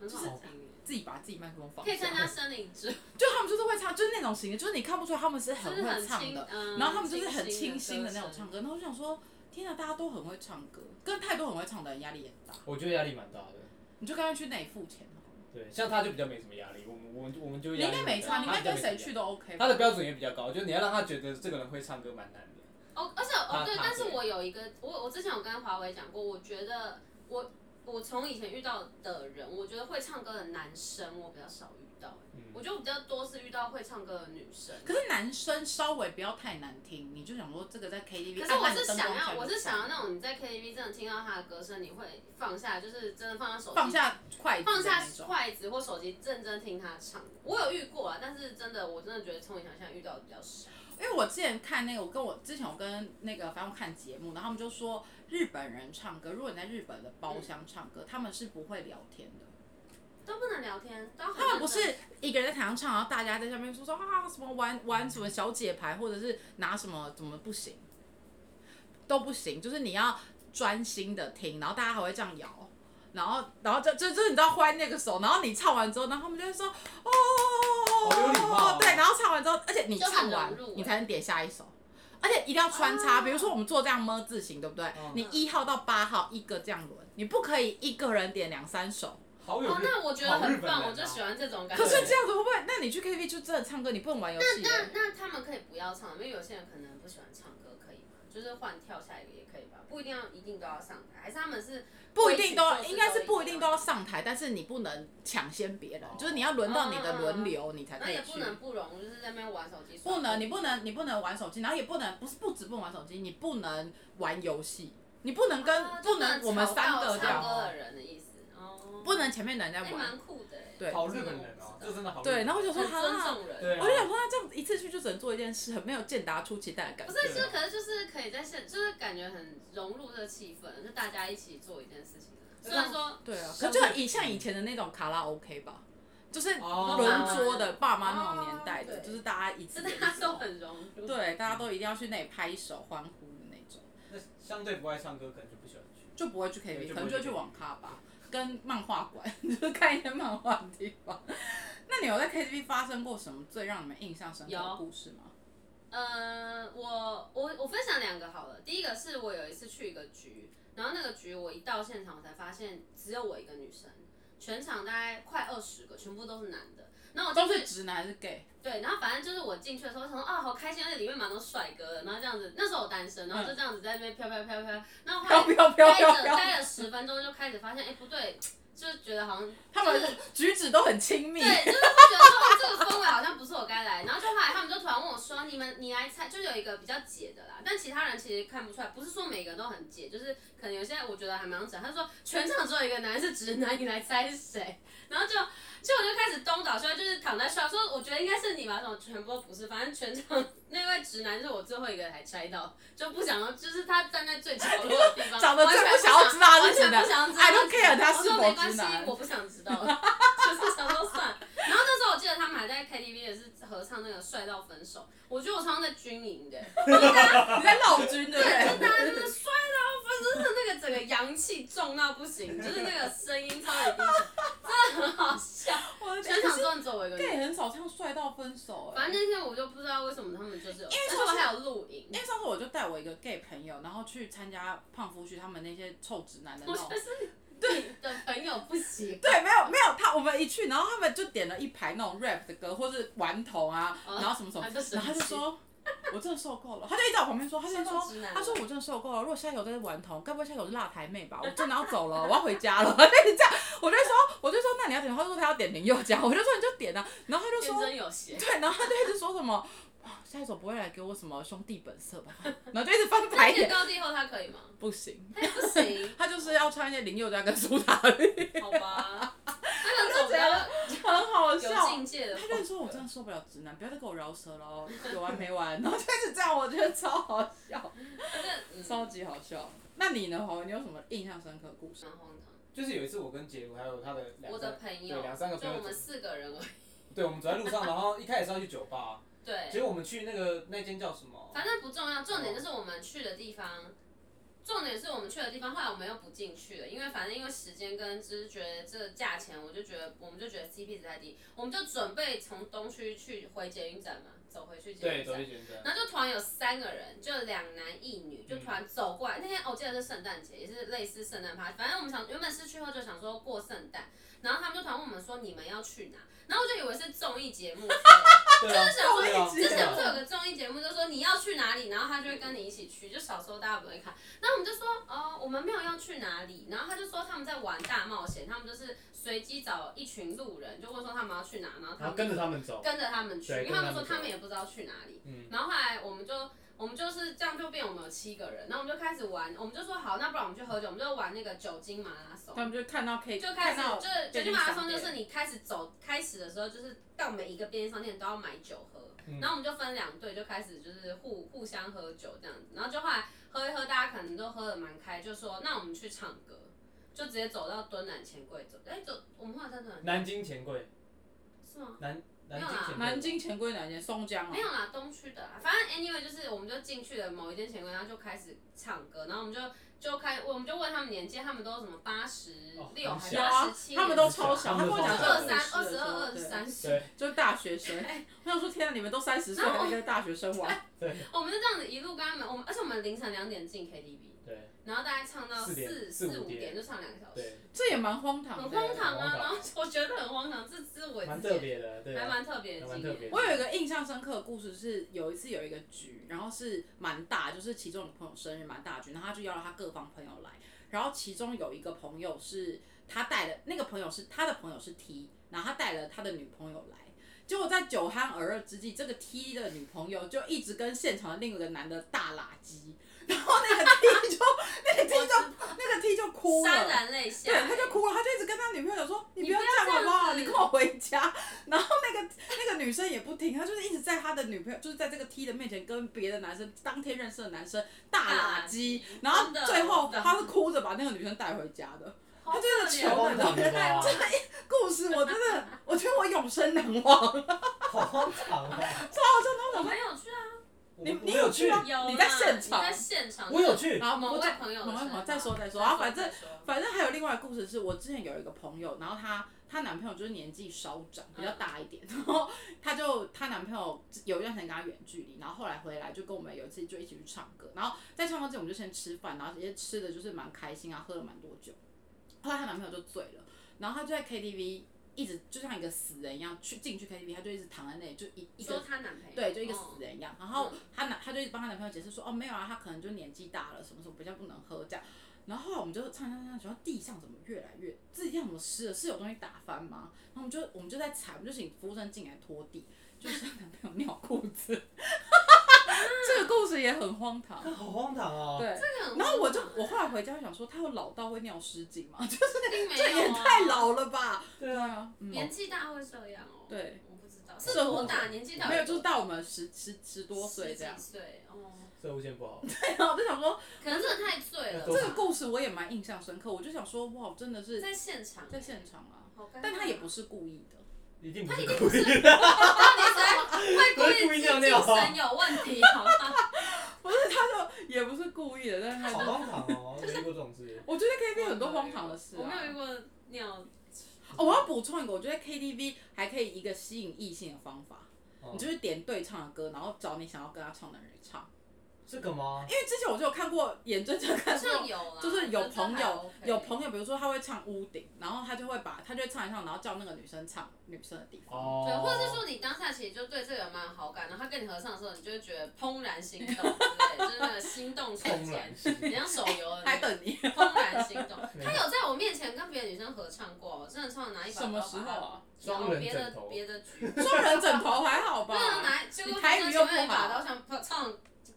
[SPEAKER 3] 很
[SPEAKER 1] 就
[SPEAKER 3] 好
[SPEAKER 1] 是
[SPEAKER 3] 听耶。
[SPEAKER 1] 自己把自己麦克风放
[SPEAKER 3] 可以
[SPEAKER 1] 下
[SPEAKER 3] 参，加森林之，
[SPEAKER 1] 就他们就是会唱，就是那种型的，就是你看不出来他们是
[SPEAKER 3] 就
[SPEAKER 1] 很
[SPEAKER 3] 是很
[SPEAKER 1] 会唱
[SPEAKER 3] 清，
[SPEAKER 1] 的，
[SPEAKER 3] 嗯
[SPEAKER 1] 然后他们就是很清新的那种
[SPEAKER 3] 歌声
[SPEAKER 1] 唱歌，然后我就想说，天啊哪，大家都很会唱歌，跟太多很会唱的人压力也很大，
[SPEAKER 4] 我觉得压力蛮大的。
[SPEAKER 1] 你就干脆去那里付钱好了
[SPEAKER 4] 对，像他就比较没什么压力，我们我们我们就
[SPEAKER 1] 你
[SPEAKER 4] 压
[SPEAKER 1] 应
[SPEAKER 4] 力
[SPEAKER 1] 该
[SPEAKER 4] 比较
[SPEAKER 1] 没差，你应该
[SPEAKER 4] 他
[SPEAKER 1] 跟
[SPEAKER 4] 比较
[SPEAKER 1] 谁
[SPEAKER 4] 没
[SPEAKER 1] 去
[SPEAKER 4] 压力？
[SPEAKER 1] 都 OK 吧。
[SPEAKER 4] 他的标准也比较高，就是你要让他觉得这个人会唱歌蛮难的。
[SPEAKER 3] 哦，而且哦
[SPEAKER 4] 他
[SPEAKER 3] 对，
[SPEAKER 4] 他
[SPEAKER 3] 但是
[SPEAKER 4] 对
[SPEAKER 3] 我有一个，我我之前有跟华为讲过，我觉得我我从以前遇到的人，我觉得会唱歌的男生我比较少遇到，欸
[SPEAKER 4] 嗯
[SPEAKER 3] 我觉得我比较多是遇到会唱歌的女生。
[SPEAKER 1] 可是男生稍微不要太难听，你就想说这个在 KTV。
[SPEAKER 3] 可是我是想要，我是想要那种你在 KTV 真的听到他的歌声，你会放下，就是真的放下手机，
[SPEAKER 1] 放下筷子的
[SPEAKER 3] 放下
[SPEAKER 1] 那种。
[SPEAKER 3] 筷子或手机，认真听他唱。我有遇过啊，但是真的，我真的觉得从以前现在遇到的比较少。
[SPEAKER 1] 因为我之前看那个，我跟我之前我跟那个反正我看节目，然后他们就说日本人唱歌，如果你在日本的包厢唱歌，他们是不会聊天的。
[SPEAKER 3] 都不能聊天，都
[SPEAKER 1] 他们不是一个人在台上唱，然后大家在下面说说啊什么玩玩什么小姐牌，或者是拿什么怎么不行，都不行，就是你要专心的听，然后大家还会这样摇。然后，然后就就就你知道挥那个手，然后你唱完之后，然后他们就会说哦，
[SPEAKER 4] 好有礼貌哦
[SPEAKER 1] 对，然后唱完之后，而且你
[SPEAKER 3] 就
[SPEAKER 1] 唱
[SPEAKER 3] 很
[SPEAKER 1] 完
[SPEAKER 3] 融入
[SPEAKER 1] 你才能点下一首，而且一定要穿插，
[SPEAKER 3] 哦
[SPEAKER 1] 比如说我们做这样么字形，对不对？你一号到八号一个这样轮，你不可以一个人点两三首，
[SPEAKER 4] 好有
[SPEAKER 3] 哦，那我觉得很
[SPEAKER 4] 啊
[SPEAKER 3] 棒，我就喜
[SPEAKER 4] 喜欢。
[SPEAKER 3] 欢这种感觉。
[SPEAKER 1] 可是这样子会不会？那你去 KTV 就真的唱歌，你不能玩游戏耶、
[SPEAKER 3] 那那他们可以不要唱，因为有些人可能不喜欢唱歌，可以吗？就是换跳下一个也可以吧，不一定要一定都要上台，还是他们是
[SPEAKER 1] 不一定都
[SPEAKER 3] 规矩做事
[SPEAKER 1] 应该是不一定都要
[SPEAKER 3] 要，
[SPEAKER 1] 上台，但是你不能抢先别人
[SPEAKER 4] 哦，
[SPEAKER 1] 就是你要轮到你的轮流，你才
[SPEAKER 3] 哦那
[SPEAKER 1] 可以
[SPEAKER 3] 也不
[SPEAKER 1] 去。
[SPEAKER 3] 能不容，就是在那边玩手机。
[SPEAKER 1] 不能，你不能，你不能玩手机，然后也不能，不是不止不能玩手机，你不能玩游戏，你不能跟、
[SPEAKER 3] 啊
[SPEAKER 1] 不
[SPEAKER 3] 就
[SPEAKER 1] 能我们
[SPEAKER 3] 吵
[SPEAKER 1] 三
[SPEAKER 3] 到
[SPEAKER 1] 个这样，
[SPEAKER 3] 唱歌的人的意思哦，
[SPEAKER 1] 不能前面的人在玩。
[SPEAKER 3] 哎，蛮酷的哎，
[SPEAKER 1] 对
[SPEAKER 4] 好日本人哦，这真的好日本
[SPEAKER 1] 对，
[SPEAKER 4] 人。
[SPEAKER 1] 然后我就
[SPEAKER 3] 很
[SPEAKER 1] 说
[SPEAKER 3] 尊
[SPEAKER 1] 哈，
[SPEAKER 3] 重人。
[SPEAKER 4] 对啊
[SPEAKER 1] 我就想说，那这样子一次去就只能做一件事，很没有健达出奇蛋的感
[SPEAKER 3] 不
[SPEAKER 1] 觉。
[SPEAKER 3] 是，
[SPEAKER 4] 对
[SPEAKER 3] 就
[SPEAKER 4] 啊
[SPEAKER 3] 可能就是可以在现，就是感觉很融入这个气氛，就大家一起做一件事情。虽然说
[SPEAKER 1] 对啊，可
[SPEAKER 4] 像
[SPEAKER 1] 就
[SPEAKER 4] 这
[SPEAKER 1] 以像以前的那种卡拉 OK 吧，就是
[SPEAKER 4] 哦
[SPEAKER 1] 轮桌的爸妈那种年代
[SPEAKER 3] 哦
[SPEAKER 1] 的，
[SPEAKER 3] 对
[SPEAKER 1] 就是大家一
[SPEAKER 3] 是
[SPEAKER 1] 次
[SPEAKER 3] <laughs> 大家都很融入，
[SPEAKER 1] 对，大家
[SPEAKER 4] 嗯
[SPEAKER 1] 都一定要去那里拍手欢呼的那种，
[SPEAKER 4] 那相对不爱唱歌，可能就不喜欢去。
[SPEAKER 1] 就不会去 KTV，
[SPEAKER 4] 对就
[SPEAKER 1] 可能
[SPEAKER 4] 不会
[SPEAKER 1] 就
[SPEAKER 4] 去
[SPEAKER 1] 去网咖吧，跟漫画馆， <laughs> 就是看一些漫画的地方。那你有在 KTV 发生过什么最让你们印象深刻的
[SPEAKER 3] 有
[SPEAKER 1] 故事吗？
[SPEAKER 3] 呃，我我我分享两个好了。第一个是我有一次去一个局，然后那个局我一到现场，我才发现只有我一个女生，全场大概快二十个，全部都是男的。然后我进
[SPEAKER 1] 都
[SPEAKER 3] 去
[SPEAKER 1] 是直男还是 gay？
[SPEAKER 3] 对，然后反正就是我进去的时候，我想说啊，好开心，而且里面蛮多帅哥的。然后这样子，那时候我单身，然后就这样子在那边飘飘飘飘。然后后来
[SPEAKER 1] 飘嗯飘飘
[SPEAKER 3] 待
[SPEAKER 1] 飘
[SPEAKER 3] 着
[SPEAKER 1] 飘
[SPEAKER 3] 待了十分钟，就开始发现，哎，不对，就是觉得好像
[SPEAKER 1] 他们的举止都很亲密，
[SPEAKER 3] 对，就是会觉得说哦这个氛围好像不是我该来，然后就后来他们就突然问我说，你们你来猜，就是有一个比较解的啦，但其他人其实看不出来，不是说每个人都很解，就是可能有些我觉得还蛮准。他说全场只有一个男是直男，你来猜是谁？然后就就我就开始东倒西歪，就是躺在睡，说我觉得应该是你吧，什么全部都不是，反正全场 <laughs> 那位直男是我最后一个才猜到，就不想要，就是他站在最角落的地方，
[SPEAKER 1] <laughs> 长得最
[SPEAKER 3] 完全
[SPEAKER 1] 不想要知道他
[SPEAKER 3] 完
[SPEAKER 1] 是直
[SPEAKER 3] 全
[SPEAKER 1] 男
[SPEAKER 3] 不想知道
[SPEAKER 1] I don't care 他是
[SPEAKER 3] 我
[SPEAKER 1] 否
[SPEAKER 3] 说没关
[SPEAKER 1] 直
[SPEAKER 3] 系
[SPEAKER 1] 男，
[SPEAKER 3] 我不想知道， <laughs> 就是想说算了。然后那时候我记得他们还在 KTV 也是合唱那个帅到分手，我觉得我超像在
[SPEAKER 1] <laughs>
[SPEAKER 3] 军营的，
[SPEAKER 1] <laughs> 你在闹军对不
[SPEAKER 3] 对，就啊
[SPEAKER 1] 对？
[SPEAKER 3] 大家就是帅到分手，就是那个整个阳气重到不行，就是那个声音超级低沉，真的很好笑。
[SPEAKER 1] <laughs> 我的天
[SPEAKER 3] 全场真的只有我一个女
[SPEAKER 1] gay
[SPEAKER 3] 生。
[SPEAKER 1] 很少唱帅到分手哎、
[SPEAKER 3] 反正那天我就不知道为什么他们就是有，因
[SPEAKER 1] 为
[SPEAKER 3] 而且
[SPEAKER 1] 说
[SPEAKER 3] 我
[SPEAKER 1] 是
[SPEAKER 3] 还有录影
[SPEAKER 1] 因，为上次我就带我一个 gay 朋友，然后去参加胖夫婿他们那些臭直男的那
[SPEAKER 3] 我
[SPEAKER 1] 种
[SPEAKER 3] 觉得是你的朋友不喜
[SPEAKER 1] <laughs>
[SPEAKER 3] 欢。
[SPEAKER 1] 对，没有没有，他我们一去，然后他们就点了一排那种 rap 的歌，或是顽童啊，
[SPEAKER 3] 哦
[SPEAKER 1] 然后什么什么，
[SPEAKER 3] 他就生气
[SPEAKER 1] 然后他就说。 <laughs> 我真的受够了，他就一直在我旁边说，他就
[SPEAKER 3] 受够
[SPEAKER 1] 说
[SPEAKER 3] 直男，了
[SPEAKER 1] 他说我真的受够了。如果下一首再是顽童，该不会下一首是辣台妹吧？我真的要走了，我要回家了。他 <laughs> 就一直这样，我就说，我就说那你要点，他说他要点林宥嘉，我就说你就点啊。然后他就
[SPEAKER 3] 天
[SPEAKER 1] 说，
[SPEAKER 3] 真有邪，
[SPEAKER 1] 对，然后他就一直说什么，哇 <laughs> 下一首不会来给我什么兄弟本色吧？然后就一直翻白
[SPEAKER 3] 那你
[SPEAKER 1] 眼，
[SPEAKER 3] 高地后他可以吗？
[SPEAKER 1] 不行，
[SPEAKER 3] 他也不行，
[SPEAKER 1] 他就是要穿一些林宥嘉跟苏打绿，
[SPEAKER 3] 好
[SPEAKER 1] <laughs>
[SPEAKER 3] 吧，他能走比较
[SPEAKER 1] 很好
[SPEAKER 3] 有
[SPEAKER 1] 笑。
[SPEAKER 3] 境界的
[SPEAKER 1] 他就说：“我真的受不了直男，不要再给我饶舌了哦，有完没完？”然后就开始这样，我觉得超好笑，
[SPEAKER 3] 反正嗯，
[SPEAKER 1] 超级好笑。嗯那你呢？侯，你有什么印象深刻的故事？
[SPEAKER 3] 蛮荒唐。
[SPEAKER 4] 就是有一次我跟杰如还有他的两
[SPEAKER 3] 我
[SPEAKER 4] 三
[SPEAKER 3] 的朋
[SPEAKER 4] 对
[SPEAKER 3] 友，
[SPEAKER 4] 两三个
[SPEAKER 3] 就
[SPEAKER 4] 朋
[SPEAKER 3] 我
[SPEAKER 4] 友
[SPEAKER 3] 们
[SPEAKER 4] 走，
[SPEAKER 3] 四个人而已。
[SPEAKER 4] 对，我们走在路上，然后一开始是要去酒吧，
[SPEAKER 3] 对，
[SPEAKER 4] 结果我们去那个那间叫什么？
[SPEAKER 3] 反正不重要，重点就是
[SPEAKER 4] 哦
[SPEAKER 3] 我们去的地方，重点是我们去的地方。后来我们又不进去了，因为反正因为时间跟就是觉得这个价钱，我就觉得我们就觉得 CP 值太低，我们就准备从东区去回捷运站嘛，走回去捷
[SPEAKER 4] 对，
[SPEAKER 3] 运
[SPEAKER 4] 走
[SPEAKER 3] 站
[SPEAKER 4] 去。捷运站。嗯
[SPEAKER 3] 然后就突然有三个人，就两男一女，就突然走过来。那天哦我记得是圣诞节，也是类似圣诞趴。反正我们想原本是去喝酒，想说过圣诞，然后他们就突然问我们说你们要去哪？然后我就以为是综艺节目，
[SPEAKER 4] 对啊，
[SPEAKER 3] 就是哎
[SPEAKER 4] 对啊
[SPEAKER 1] 我一直
[SPEAKER 3] 之
[SPEAKER 4] 对
[SPEAKER 3] 前
[SPEAKER 4] 啊
[SPEAKER 3] 不是有个综艺节目，就说你要去哪里，然后他就会跟你一起去，就小时候大家不会看。那我们就说，哦，我们没有要去哪里，然后他就说他们在玩大冒险，他们就是随机找一群路人，就问说他们要去哪，然后他
[SPEAKER 4] 然后啊
[SPEAKER 3] 们
[SPEAKER 4] 跟着他们走，
[SPEAKER 3] 跟着他们去，因
[SPEAKER 4] 对
[SPEAKER 3] 为他们
[SPEAKER 4] 跟着他
[SPEAKER 3] 说
[SPEAKER 4] 们走
[SPEAKER 3] 他们也不知道去哪里。
[SPEAKER 4] 嗯
[SPEAKER 3] 然后后来我们就我们就是这样就变我们有七个人，然后我们就开始玩，我们就说好，那不然我们去喝酒，我们就玩那个酒精马拉松。
[SPEAKER 1] 他们就看到可以，
[SPEAKER 3] 就开始
[SPEAKER 1] 看到
[SPEAKER 3] 就是酒
[SPEAKER 1] 便
[SPEAKER 3] 精
[SPEAKER 1] 利
[SPEAKER 3] 马拉
[SPEAKER 1] 商
[SPEAKER 3] 松，就
[SPEAKER 1] 店
[SPEAKER 3] 是你开始走开始的时候，就是到每一个便利商店都要买酒喝，
[SPEAKER 4] 嗯
[SPEAKER 3] 然后我们就分两队，就开始就是互互相喝酒这样子，然后就后来喝一喝，大家可能都喝得蛮开，就说那我们去唱歌，就直接走到敦南钱柜走，哎、走我们后来在敦南
[SPEAKER 4] 南京钱柜，
[SPEAKER 3] 是吗？
[SPEAKER 4] 南南
[SPEAKER 3] 没有
[SPEAKER 4] 京
[SPEAKER 3] 啦
[SPEAKER 4] 钱柜，
[SPEAKER 1] 南京钱柜哪间？松江啊
[SPEAKER 3] 没。有啦，东区的啦，啊反正 anyway 就是我们就进去了某一间钱柜，然后就开始唱歌，然后我们就就开我们就问他们年纪，他们都什么八十六
[SPEAKER 4] 哦
[SPEAKER 3] 还
[SPEAKER 4] 很
[SPEAKER 3] 是
[SPEAKER 4] 小
[SPEAKER 3] 八
[SPEAKER 1] 啊
[SPEAKER 3] 十七，，
[SPEAKER 1] 他们都超小，
[SPEAKER 4] 他
[SPEAKER 1] 他
[SPEAKER 4] 们
[SPEAKER 1] 跟
[SPEAKER 4] 都
[SPEAKER 1] 我
[SPEAKER 4] 超小
[SPEAKER 1] 讲二
[SPEAKER 3] 二三、二
[SPEAKER 1] 十
[SPEAKER 3] 十二、二十
[SPEAKER 1] 对，
[SPEAKER 3] 三岁。
[SPEAKER 4] 对
[SPEAKER 1] 就是大学生。我想说，天啊，你们都三十岁
[SPEAKER 3] 然后哎
[SPEAKER 1] 还在跟大学生玩，
[SPEAKER 4] 对
[SPEAKER 3] 我们就这样子一路跟他们，我们而且我们凌晨两点进 KTV，
[SPEAKER 4] 对
[SPEAKER 3] 然后大概唱到
[SPEAKER 4] 四点
[SPEAKER 3] 四
[SPEAKER 4] 四
[SPEAKER 3] 五
[SPEAKER 4] 五点
[SPEAKER 3] 点就唱两个小时，
[SPEAKER 4] 对，
[SPEAKER 1] 这也蛮荒唐的。欸
[SPEAKER 3] 很荒唐啊！
[SPEAKER 4] 很荒唐
[SPEAKER 3] 然后我觉得很荒唐，这是我
[SPEAKER 4] 蛮
[SPEAKER 3] 之
[SPEAKER 4] 特
[SPEAKER 3] 前
[SPEAKER 4] 别的，对
[SPEAKER 3] 还
[SPEAKER 4] 啊，
[SPEAKER 3] 蛮特别的
[SPEAKER 4] 还蛮
[SPEAKER 3] 经
[SPEAKER 4] 特别
[SPEAKER 3] 验。
[SPEAKER 4] 的
[SPEAKER 1] 我有一个印象深刻的故事是，有一次有一个局，然后是蛮大，就是其中有朋友生日蛮大的局，然后他就邀了他各方朋友来，然后其中有一个朋友是他带了那个朋友是他的朋友是 T，然后他带了他的女朋友来。结果在酒酣耳热之际，这个 T 的女朋友就一直跟现场的另一个男的大喇鸡，然后那个 T 就那个 T 就那个 T 就哭
[SPEAKER 3] <laughs>
[SPEAKER 1] 了，
[SPEAKER 3] 潸然泪下，
[SPEAKER 1] 对，他就哭了，他就一直跟他女朋友说：“你
[SPEAKER 3] 你
[SPEAKER 1] 不要
[SPEAKER 3] 不
[SPEAKER 1] 这
[SPEAKER 3] 要
[SPEAKER 1] 样好
[SPEAKER 3] 这
[SPEAKER 1] 不
[SPEAKER 3] 样
[SPEAKER 1] 好？
[SPEAKER 3] 子
[SPEAKER 1] 你跟我回家。”然后那个那个女生也不听，她就是一直在他的女朋友，就是在这个 T 的面前跟别的男生，当天认识的男生大
[SPEAKER 3] 大
[SPEAKER 1] 垃
[SPEAKER 3] 垃
[SPEAKER 1] 圾
[SPEAKER 3] 圾，
[SPEAKER 1] 然后
[SPEAKER 3] 真的
[SPEAKER 1] 最后
[SPEAKER 3] 真的
[SPEAKER 1] 他是哭着把那个女生带回家的。
[SPEAKER 3] 好
[SPEAKER 1] 他就是
[SPEAKER 3] 可
[SPEAKER 4] 太
[SPEAKER 1] 求
[SPEAKER 3] 怜哦
[SPEAKER 1] 的
[SPEAKER 4] 荒唐啊了
[SPEAKER 3] <laughs>
[SPEAKER 4] 吧，
[SPEAKER 1] 故事我真的，我觉得我永生难忘。
[SPEAKER 4] 好荒唐
[SPEAKER 3] <laughs>
[SPEAKER 4] 啊！
[SPEAKER 3] 我没有去啊，
[SPEAKER 1] 你
[SPEAKER 4] 我
[SPEAKER 1] 你
[SPEAKER 4] 我
[SPEAKER 1] 有去
[SPEAKER 4] 去
[SPEAKER 1] 啊
[SPEAKER 3] 有啦
[SPEAKER 1] 你在现场
[SPEAKER 3] 你在现场，
[SPEAKER 4] 我有去，
[SPEAKER 1] 然后
[SPEAKER 3] 某
[SPEAKER 1] 我
[SPEAKER 3] 位
[SPEAKER 1] 再
[SPEAKER 3] 朋友
[SPEAKER 1] 某
[SPEAKER 3] 的
[SPEAKER 1] 位
[SPEAKER 3] 生日
[SPEAKER 1] 朋友
[SPEAKER 3] 趴，
[SPEAKER 1] 再说再说，
[SPEAKER 3] 再
[SPEAKER 1] 然后反正
[SPEAKER 3] 再说
[SPEAKER 1] 反正还有另外一个故事是，我之前有一个朋友，然后她她男朋友就是年纪稍长，比较大一点，然后她就她男朋友有一段时间跟她远距离，然后后来回来就跟我们有一次就一起去唱歌，然后在唱歌之前我们就先吃饭，然后也吃的就是蛮开心啊，喝了蛮多酒，后来她男朋友就醉了，然后她就在 KTV 一直就像一个死人一样去进去 KTV，她就一直躺在那里就一一个
[SPEAKER 3] 说她男朋友，
[SPEAKER 1] 对，就一个
[SPEAKER 3] 哦
[SPEAKER 1] 死人一样。然后她男，她就一直帮她男朋友解释说，哦，没有啊，她可能就年纪大了，什么什么比较不能喝这样。然后后来我们就唱唱唱，然后地上怎么越来越这样怎么湿了？是有东西打翻吗？然后我们就我们就在踩，我们就请服务生进来拖地，就是她男朋友尿裤子。 <laughs> 这个故事也很荒唐，
[SPEAKER 4] 看好荒唐啊！
[SPEAKER 1] 对。
[SPEAKER 3] 这个很
[SPEAKER 1] 然后我
[SPEAKER 3] 荒
[SPEAKER 1] 就
[SPEAKER 3] 唐
[SPEAKER 1] 我后来回家就想说，他有老到会尿湿巾吗？ <laughs> 就是
[SPEAKER 3] 并没有
[SPEAKER 1] 这也
[SPEAKER 3] 啊
[SPEAKER 1] 太老了吧？
[SPEAKER 4] 对啊，
[SPEAKER 1] 啊，嗯，
[SPEAKER 3] 年纪大会这样哦。
[SPEAKER 1] 对，
[SPEAKER 3] 我不知道
[SPEAKER 1] 是
[SPEAKER 3] 是多
[SPEAKER 1] 我
[SPEAKER 3] 大年纪大多大，
[SPEAKER 1] 没有，就是到我们十十十多岁这样
[SPEAKER 3] 十。几岁哦，
[SPEAKER 4] 这路线不好，
[SPEAKER 1] <laughs> 然后我就想说，
[SPEAKER 3] 可能真的太醉了
[SPEAKER 4] 这
[SPEAKER 1] 这个故事我也蛮印象深刻，我就想说，哇，真的是
[SPEAKER 3] 在现场，
[SPEAKER 1] 在现场啊，
[SPEAKER 3] 好尴尬，
[SPEAKER 1] 但他也不是故意的，
[SPEAKER 4] 一定不是故意的，
[SPEAKER 3] <laughs> 到底谁会故意
[SPEAKER 4] 故意尿尿
[SPEAKER 3] 精神有问题，好吗？
[SPEAKER 1] 不是，他就 <laughs> 也不是故意的，但是
[SPEAKER 4] 好
[SPEAKER 1] 他就，
[SPEAKER 4] 荒唐哦！没遇过这种事，
[SPEAKER 1] <laughs> 我觉得 KTV 很多荒唐的事
[SPEAKER 3] 我没有遇
[SPEAKER 1] 啊。
[SPEAKER 3] 过尿，
[SPEAKER 1] 哦，我要补充一个，我觉得 KTV 还可以一个吸引异性的方法，
[SPEAKER 4] 哦
[SPEAKER 1] 你就是点对唱的歌，然后找你想要跟他唱的人唱。
[SPEAKER 4] 这个吗？
[SPEAKER 1] 因为之前我就有看过，眼睁睁
[SPEAKER 3] 好
[SPEAKER 1] 看
[SPEAKER 3] 像
[SPEAKER 1] 过，
[SPEAKER 3] 有啊，
[SPEAKER 1] 就是有
[SPEAKER 3] 可能
[SPEAKER 1] 朋
[SPEAKER 3] 这还
[SPEAKER 1] 友
[SPEAKER 3] OK
[SPEAKER 1] 有朋友，比如说他会唱屋顶，然后他就会把他就会唱一唱，然后叫那个女生唱女生的地方。
[SPEAKER 4] 哦，
[SPEAKER 3] 对，或者是说你当下其实就对这个人蛮有好感，然后他跟你合唱的时候，你就会觉得怦然心动，对，就是那个心动
[SPEAKER 4] 怦
[SPEAKER 3] 瞬间
[SPEAKER 4] 然，心
[SPEAKER 3] 你像手游的那
[SPEAKER 1] 还
[SPEAKER 3] 个，
[SPEAKER 1] 等你
[SPEAKER 3] 怦然心动。
[SPEAKER 4] 没有
[SPEAKER 3] <laughs> 他有在我面前跟别的女生合唱过，我真的超想拿一把
[SPEAKER 1] 什么时候
[SPEAKER 3] 刀把他
[SPEAKER 1] 啊？
[SPEAKER 4] 双人
[SPEAKER 3] 别
[SPEAKER 4] 枕
[SPEAKER 3] 的
[SPEAKER 4] 头，
[SPEAKER 3] 别的剧，
[SPEAKER 1] 双人枕头还好
[SPEAKER 3] <laughs> 不
[SPEAKER 1] 吧？
[SPEAKER 3] 能拿，结果
[SPEAKER 1] 你台语又不好
[SPEAKER 3] 一把刀想唱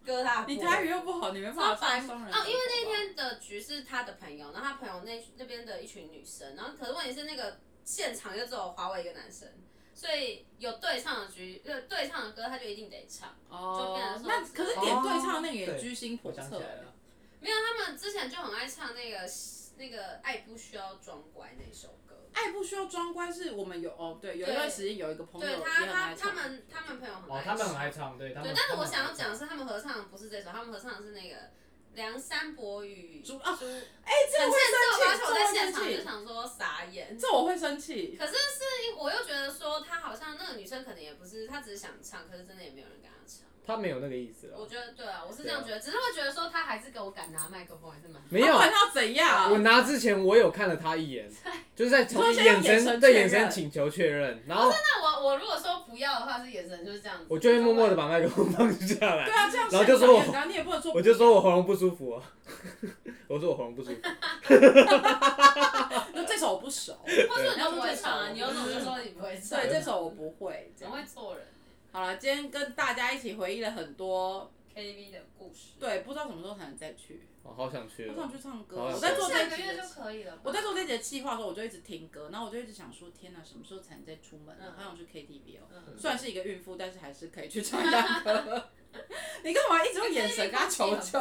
[SPEAKER 3] 歌 <laughs> 他，
[SPEAKER 1] 你台语又不好，你没办法
[SPEAKER 3] 超白
[SPEAKER 1] 穿双人
[SPEAKER 3] 哦，因为
[SPEAKER 1] 那
[SPEAKER 3] 那天的局是他的朋友，然后他朋友那那边的一群女生，然后可是问题是那个现场就只有华为一个男生，所以有对唱的局，呃，对唱的歌他就一定得唱。就变
[SPEAKER 1] 哦
[SPEAKER 3] 成，说
[SPEAKER 1] 那可是点对唱那个
[SPEAKER 4] 哦
[SPEAKER 1] 也
[SPEAKER 4] 对
[SPEAKER 1] 居心
[SPEAKER 4] 我
[SPEAKER 1] 叵
[SPEAKER 4] 想
[SPEAKER 1] 测
[SPEAKER 4] 起来
[SPEAKER 1] 欸。
[SPEAKER 4] 了，
[SPEAKER 3] 没有，他们之前就很爱唱那个那个《爱不需要装乖》那首歌。
[SPEAKER 1] 爱不需要装乖，是我们有哦，对，有一
[SPEAKER 3] 对
[SPEAKER 1] 段时间有一个朋友
[SPEAKER 3] 对
[SPEAKER 1] 也
[SPEAKER 3] 他，
[SPEAKER 1] 很
[SPEAKER 3] 他
[SPEAKER 1] 爱
[SPEAKER 3] 他
[SPEAKER 1] 唱。
[SPEAKER 3] 们他们朋友很
[SPEAKER 4] 哦
[SPEAKER 3] 爱，
[SPEAKER 4] 他们
[SPEAKER 3] 唱
[SPEAKER 4] 很爱唱，对他们。
[SPEAKER 3] 对，但是
[SPEAKER 4] 他
[SPEAKER 3] 我
[SPEAKER 4] 们很
[SPEAKER 3] 想
[SPEAKER 4] 爱
[SPEAKER 3] 要
[SPEAKER 4] 唱
[SPEAKER 3] 讲的是，他们合唱的不是这首，他们合唱的是那个梁山伯与
[SPEAKER 1] 猪啊
[SPEAKER 3] 猪。
[SPEAKER 1] 哎，这
[SPEAKER 3] 很
[SPEAKER 1] 我会
[SPEAKER 3] 欠
[SPEAKER 1] 生气，这
[SPEAKER 3] 揍，啊而且我
[SPEAKER 1] 我
[SPEAKER 3] 在
[SPEAKER 1] 会
[SPEAKER 3] 现
[SPEAKER 1] 生
[SPEAKER 3] 场就
[SPEAKER 1] 气，
[SPEAKER 3] 想说傻眼。
[SPEAKER 1] 这我会生气。
[SPEAKER 3] 可是是我又觉得说，她好像那个女生可能也不是，她只是想唱，可是真的也没有人跟她唱。
[SPEAKER 4] 他没有那个意思了
[SPEAKER 3] 我。觉得对啊，我是这样觉得，只是会觉得说她还是给我敢拿麦克风，还是蛮。
[SPEAKER 4] 没有
[SPEAKER 1] 不，管他怎
[SPEAKER 4] 我
[SPEAKER 1] 样，
[SPEAKER 4] 拿之前我有看了他一眼，就是在从
[SPEAKER 1] 你说先用
[SPEAKER 4] 眼
[SPEAKER 1] 眼神
[SPEAKER 4] 神对
[SPEAKER 1] 确
[SPEAKER 4] 眼神
[SPEAKER 1] 认
[SPEAKER 4] 请求确认，然后
[SPEAKER 3] 那我我如果说不要的话，是眼神就是这样子。
[SPEAKER 4] 我就会默默的
[SPEAKER 3] 吧。
[SPEAKER 4] 把麦克风放下来
[SPEAKER 1] 对，啊，这样
[SPEAKER 4] 然后就说我
[SPEAKER 1] 现场也很尴尬你也不能说，
[SPEAKER 4] 我就说我喉咙不舒服、啊， <laughs> 我说我喉咙不舒服，
[SPEAKER 1] 那这首我不
[SPEAKER 3] <laughs>
[SPEAKER 1] 熟，
[SPEAKER 3] 或者
[SPEAKER 1] 你
[SPEAKER 3] 你
[SPEAKER 1] 要
[SPEAKER 3] 又
[SPEAKER 1] 说
[SPEAKER 3] 不
[SPEAKER 1] 这
[SPEAKER 3] 会
[SPEAKER 1] 首
[SPEAKER 3] 唱啊，你有种就说你不会唱，
[SPEAKER 1] 对，这首我不会。这
[SPEAKER 3] 很
[SPEAKER 1] 样
[SPEAKER 3] 会做人。
[SPEAKER 1] 好了，今天跟大家一起回忆了很多，
[SPEAKER 3] KTV 的故事。
[SPEAKER 1] 对，不知道什么时候才能再去。
[SPEAKER 4] 我好想去
[SPEAKER 1] 我
[SPEAKER 4] 哦。
[SPEAKER 1] 想去唱歌，啊
[SPEAKER 4] 好
[SPEAKER 1] 我
[SPEAKER 4] 想
[SPEAKER 1] 在做这
[SPEAKER 3] 下
[SPEAKER 1] 一
[SPEAKER 3] 个
[SPEAKER 1] 集
[SPEAKER 3] 月
[SPEAKER 1] 的
[SPEAKER 3] 就可以了吧。
[SPEAKER 1] 我在做这节计划的时候，我就一直听歌，然后我就一直想说，天哪，什么时候才能再出门呢？啊
[SPEAKER 3] 嗯
[SPEAKER 1] 好想去 KTV 哦。
[SPEAKER 3] 嗯
[SPEAKER 1] 虽然是一个孕妇，但是还是可以去唱一下 <laughs> 歌。你干嘛一直用眼神跟他求救？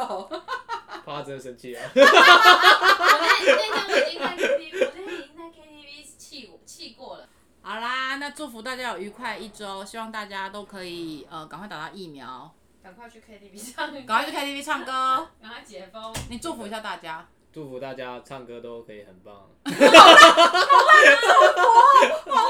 [SPEAKER 4] 怕他真的生气
[SPEAKER 3] <laughs>
[SPEAKER 4] 啊！
[SPEAKER 3] 我那那天我已经在 KTV，我那天已经在 KTV 气我气过了。
[SPEAKER 1] 好啦，那祝福大家有愉快一周，希望大家都可以呃赶快打到疫苗，
[SPEAKER 3] <laughs> 赶快去 KTV 唱，
[SPEAKER 1] 赶快去 KTV 唱歌哦。
[SPEAKER 3] 赶快解封。
[SPEAKER 1] 你祝福一下大家，
[SPEAKER 4] 祝福大家唱歌都可以很
[SPEAKER 1] <laughs>
[SPEAKER 4] 棒。
[SPEAKER 3] 好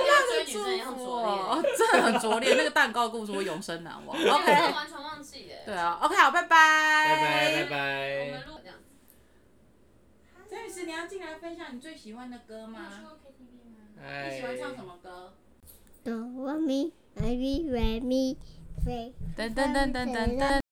[SPEAKER 1] 真
[SPEAKER 3] 像
[SPEAKER 1] 的哦
[SPEAKER 3] 追女
[SPEAKER 1] 祝
[SPEAKER 3] 生一样
[SPEAKER 1] 福
[SPEAKER 3] 拙劣。
[SPEAKER 1] 哦，真的很拙劣，那个蛋糕的故事我永生难 <laughs> 忘。
[SPEAKER 3] 我真的
[SPEAKER 1] OK，
[SPEAKER 3] 完全忘记耶。
[SPEAKER 1] 对啊，OK，好，拜
[SPEAKER 4] 拜
[SPEAKER 1] 拜
[SPEAKER 4] 拜拜
[SPEAKER 3] 我
[SPEAKER 4] 拜
[SPEAKER 3] 们。录这样子。
[SPEAKER 1] 张雨师，你要进来分享你最喜欢的歌
[SPEAKER 3] 你有去
[SPEAKER 1] 吗？
[SPEAKER 3] 过 KTV 吗？
[SPEAKER 1] 你
[SPEAKER 4] 哎
[SPEAKER 1] 喜欢唱什么歌？
[SPEAKER 5] Do re mi, I re re mi, re.
[SPEAKER 1] 噔噔噔噔噔噔。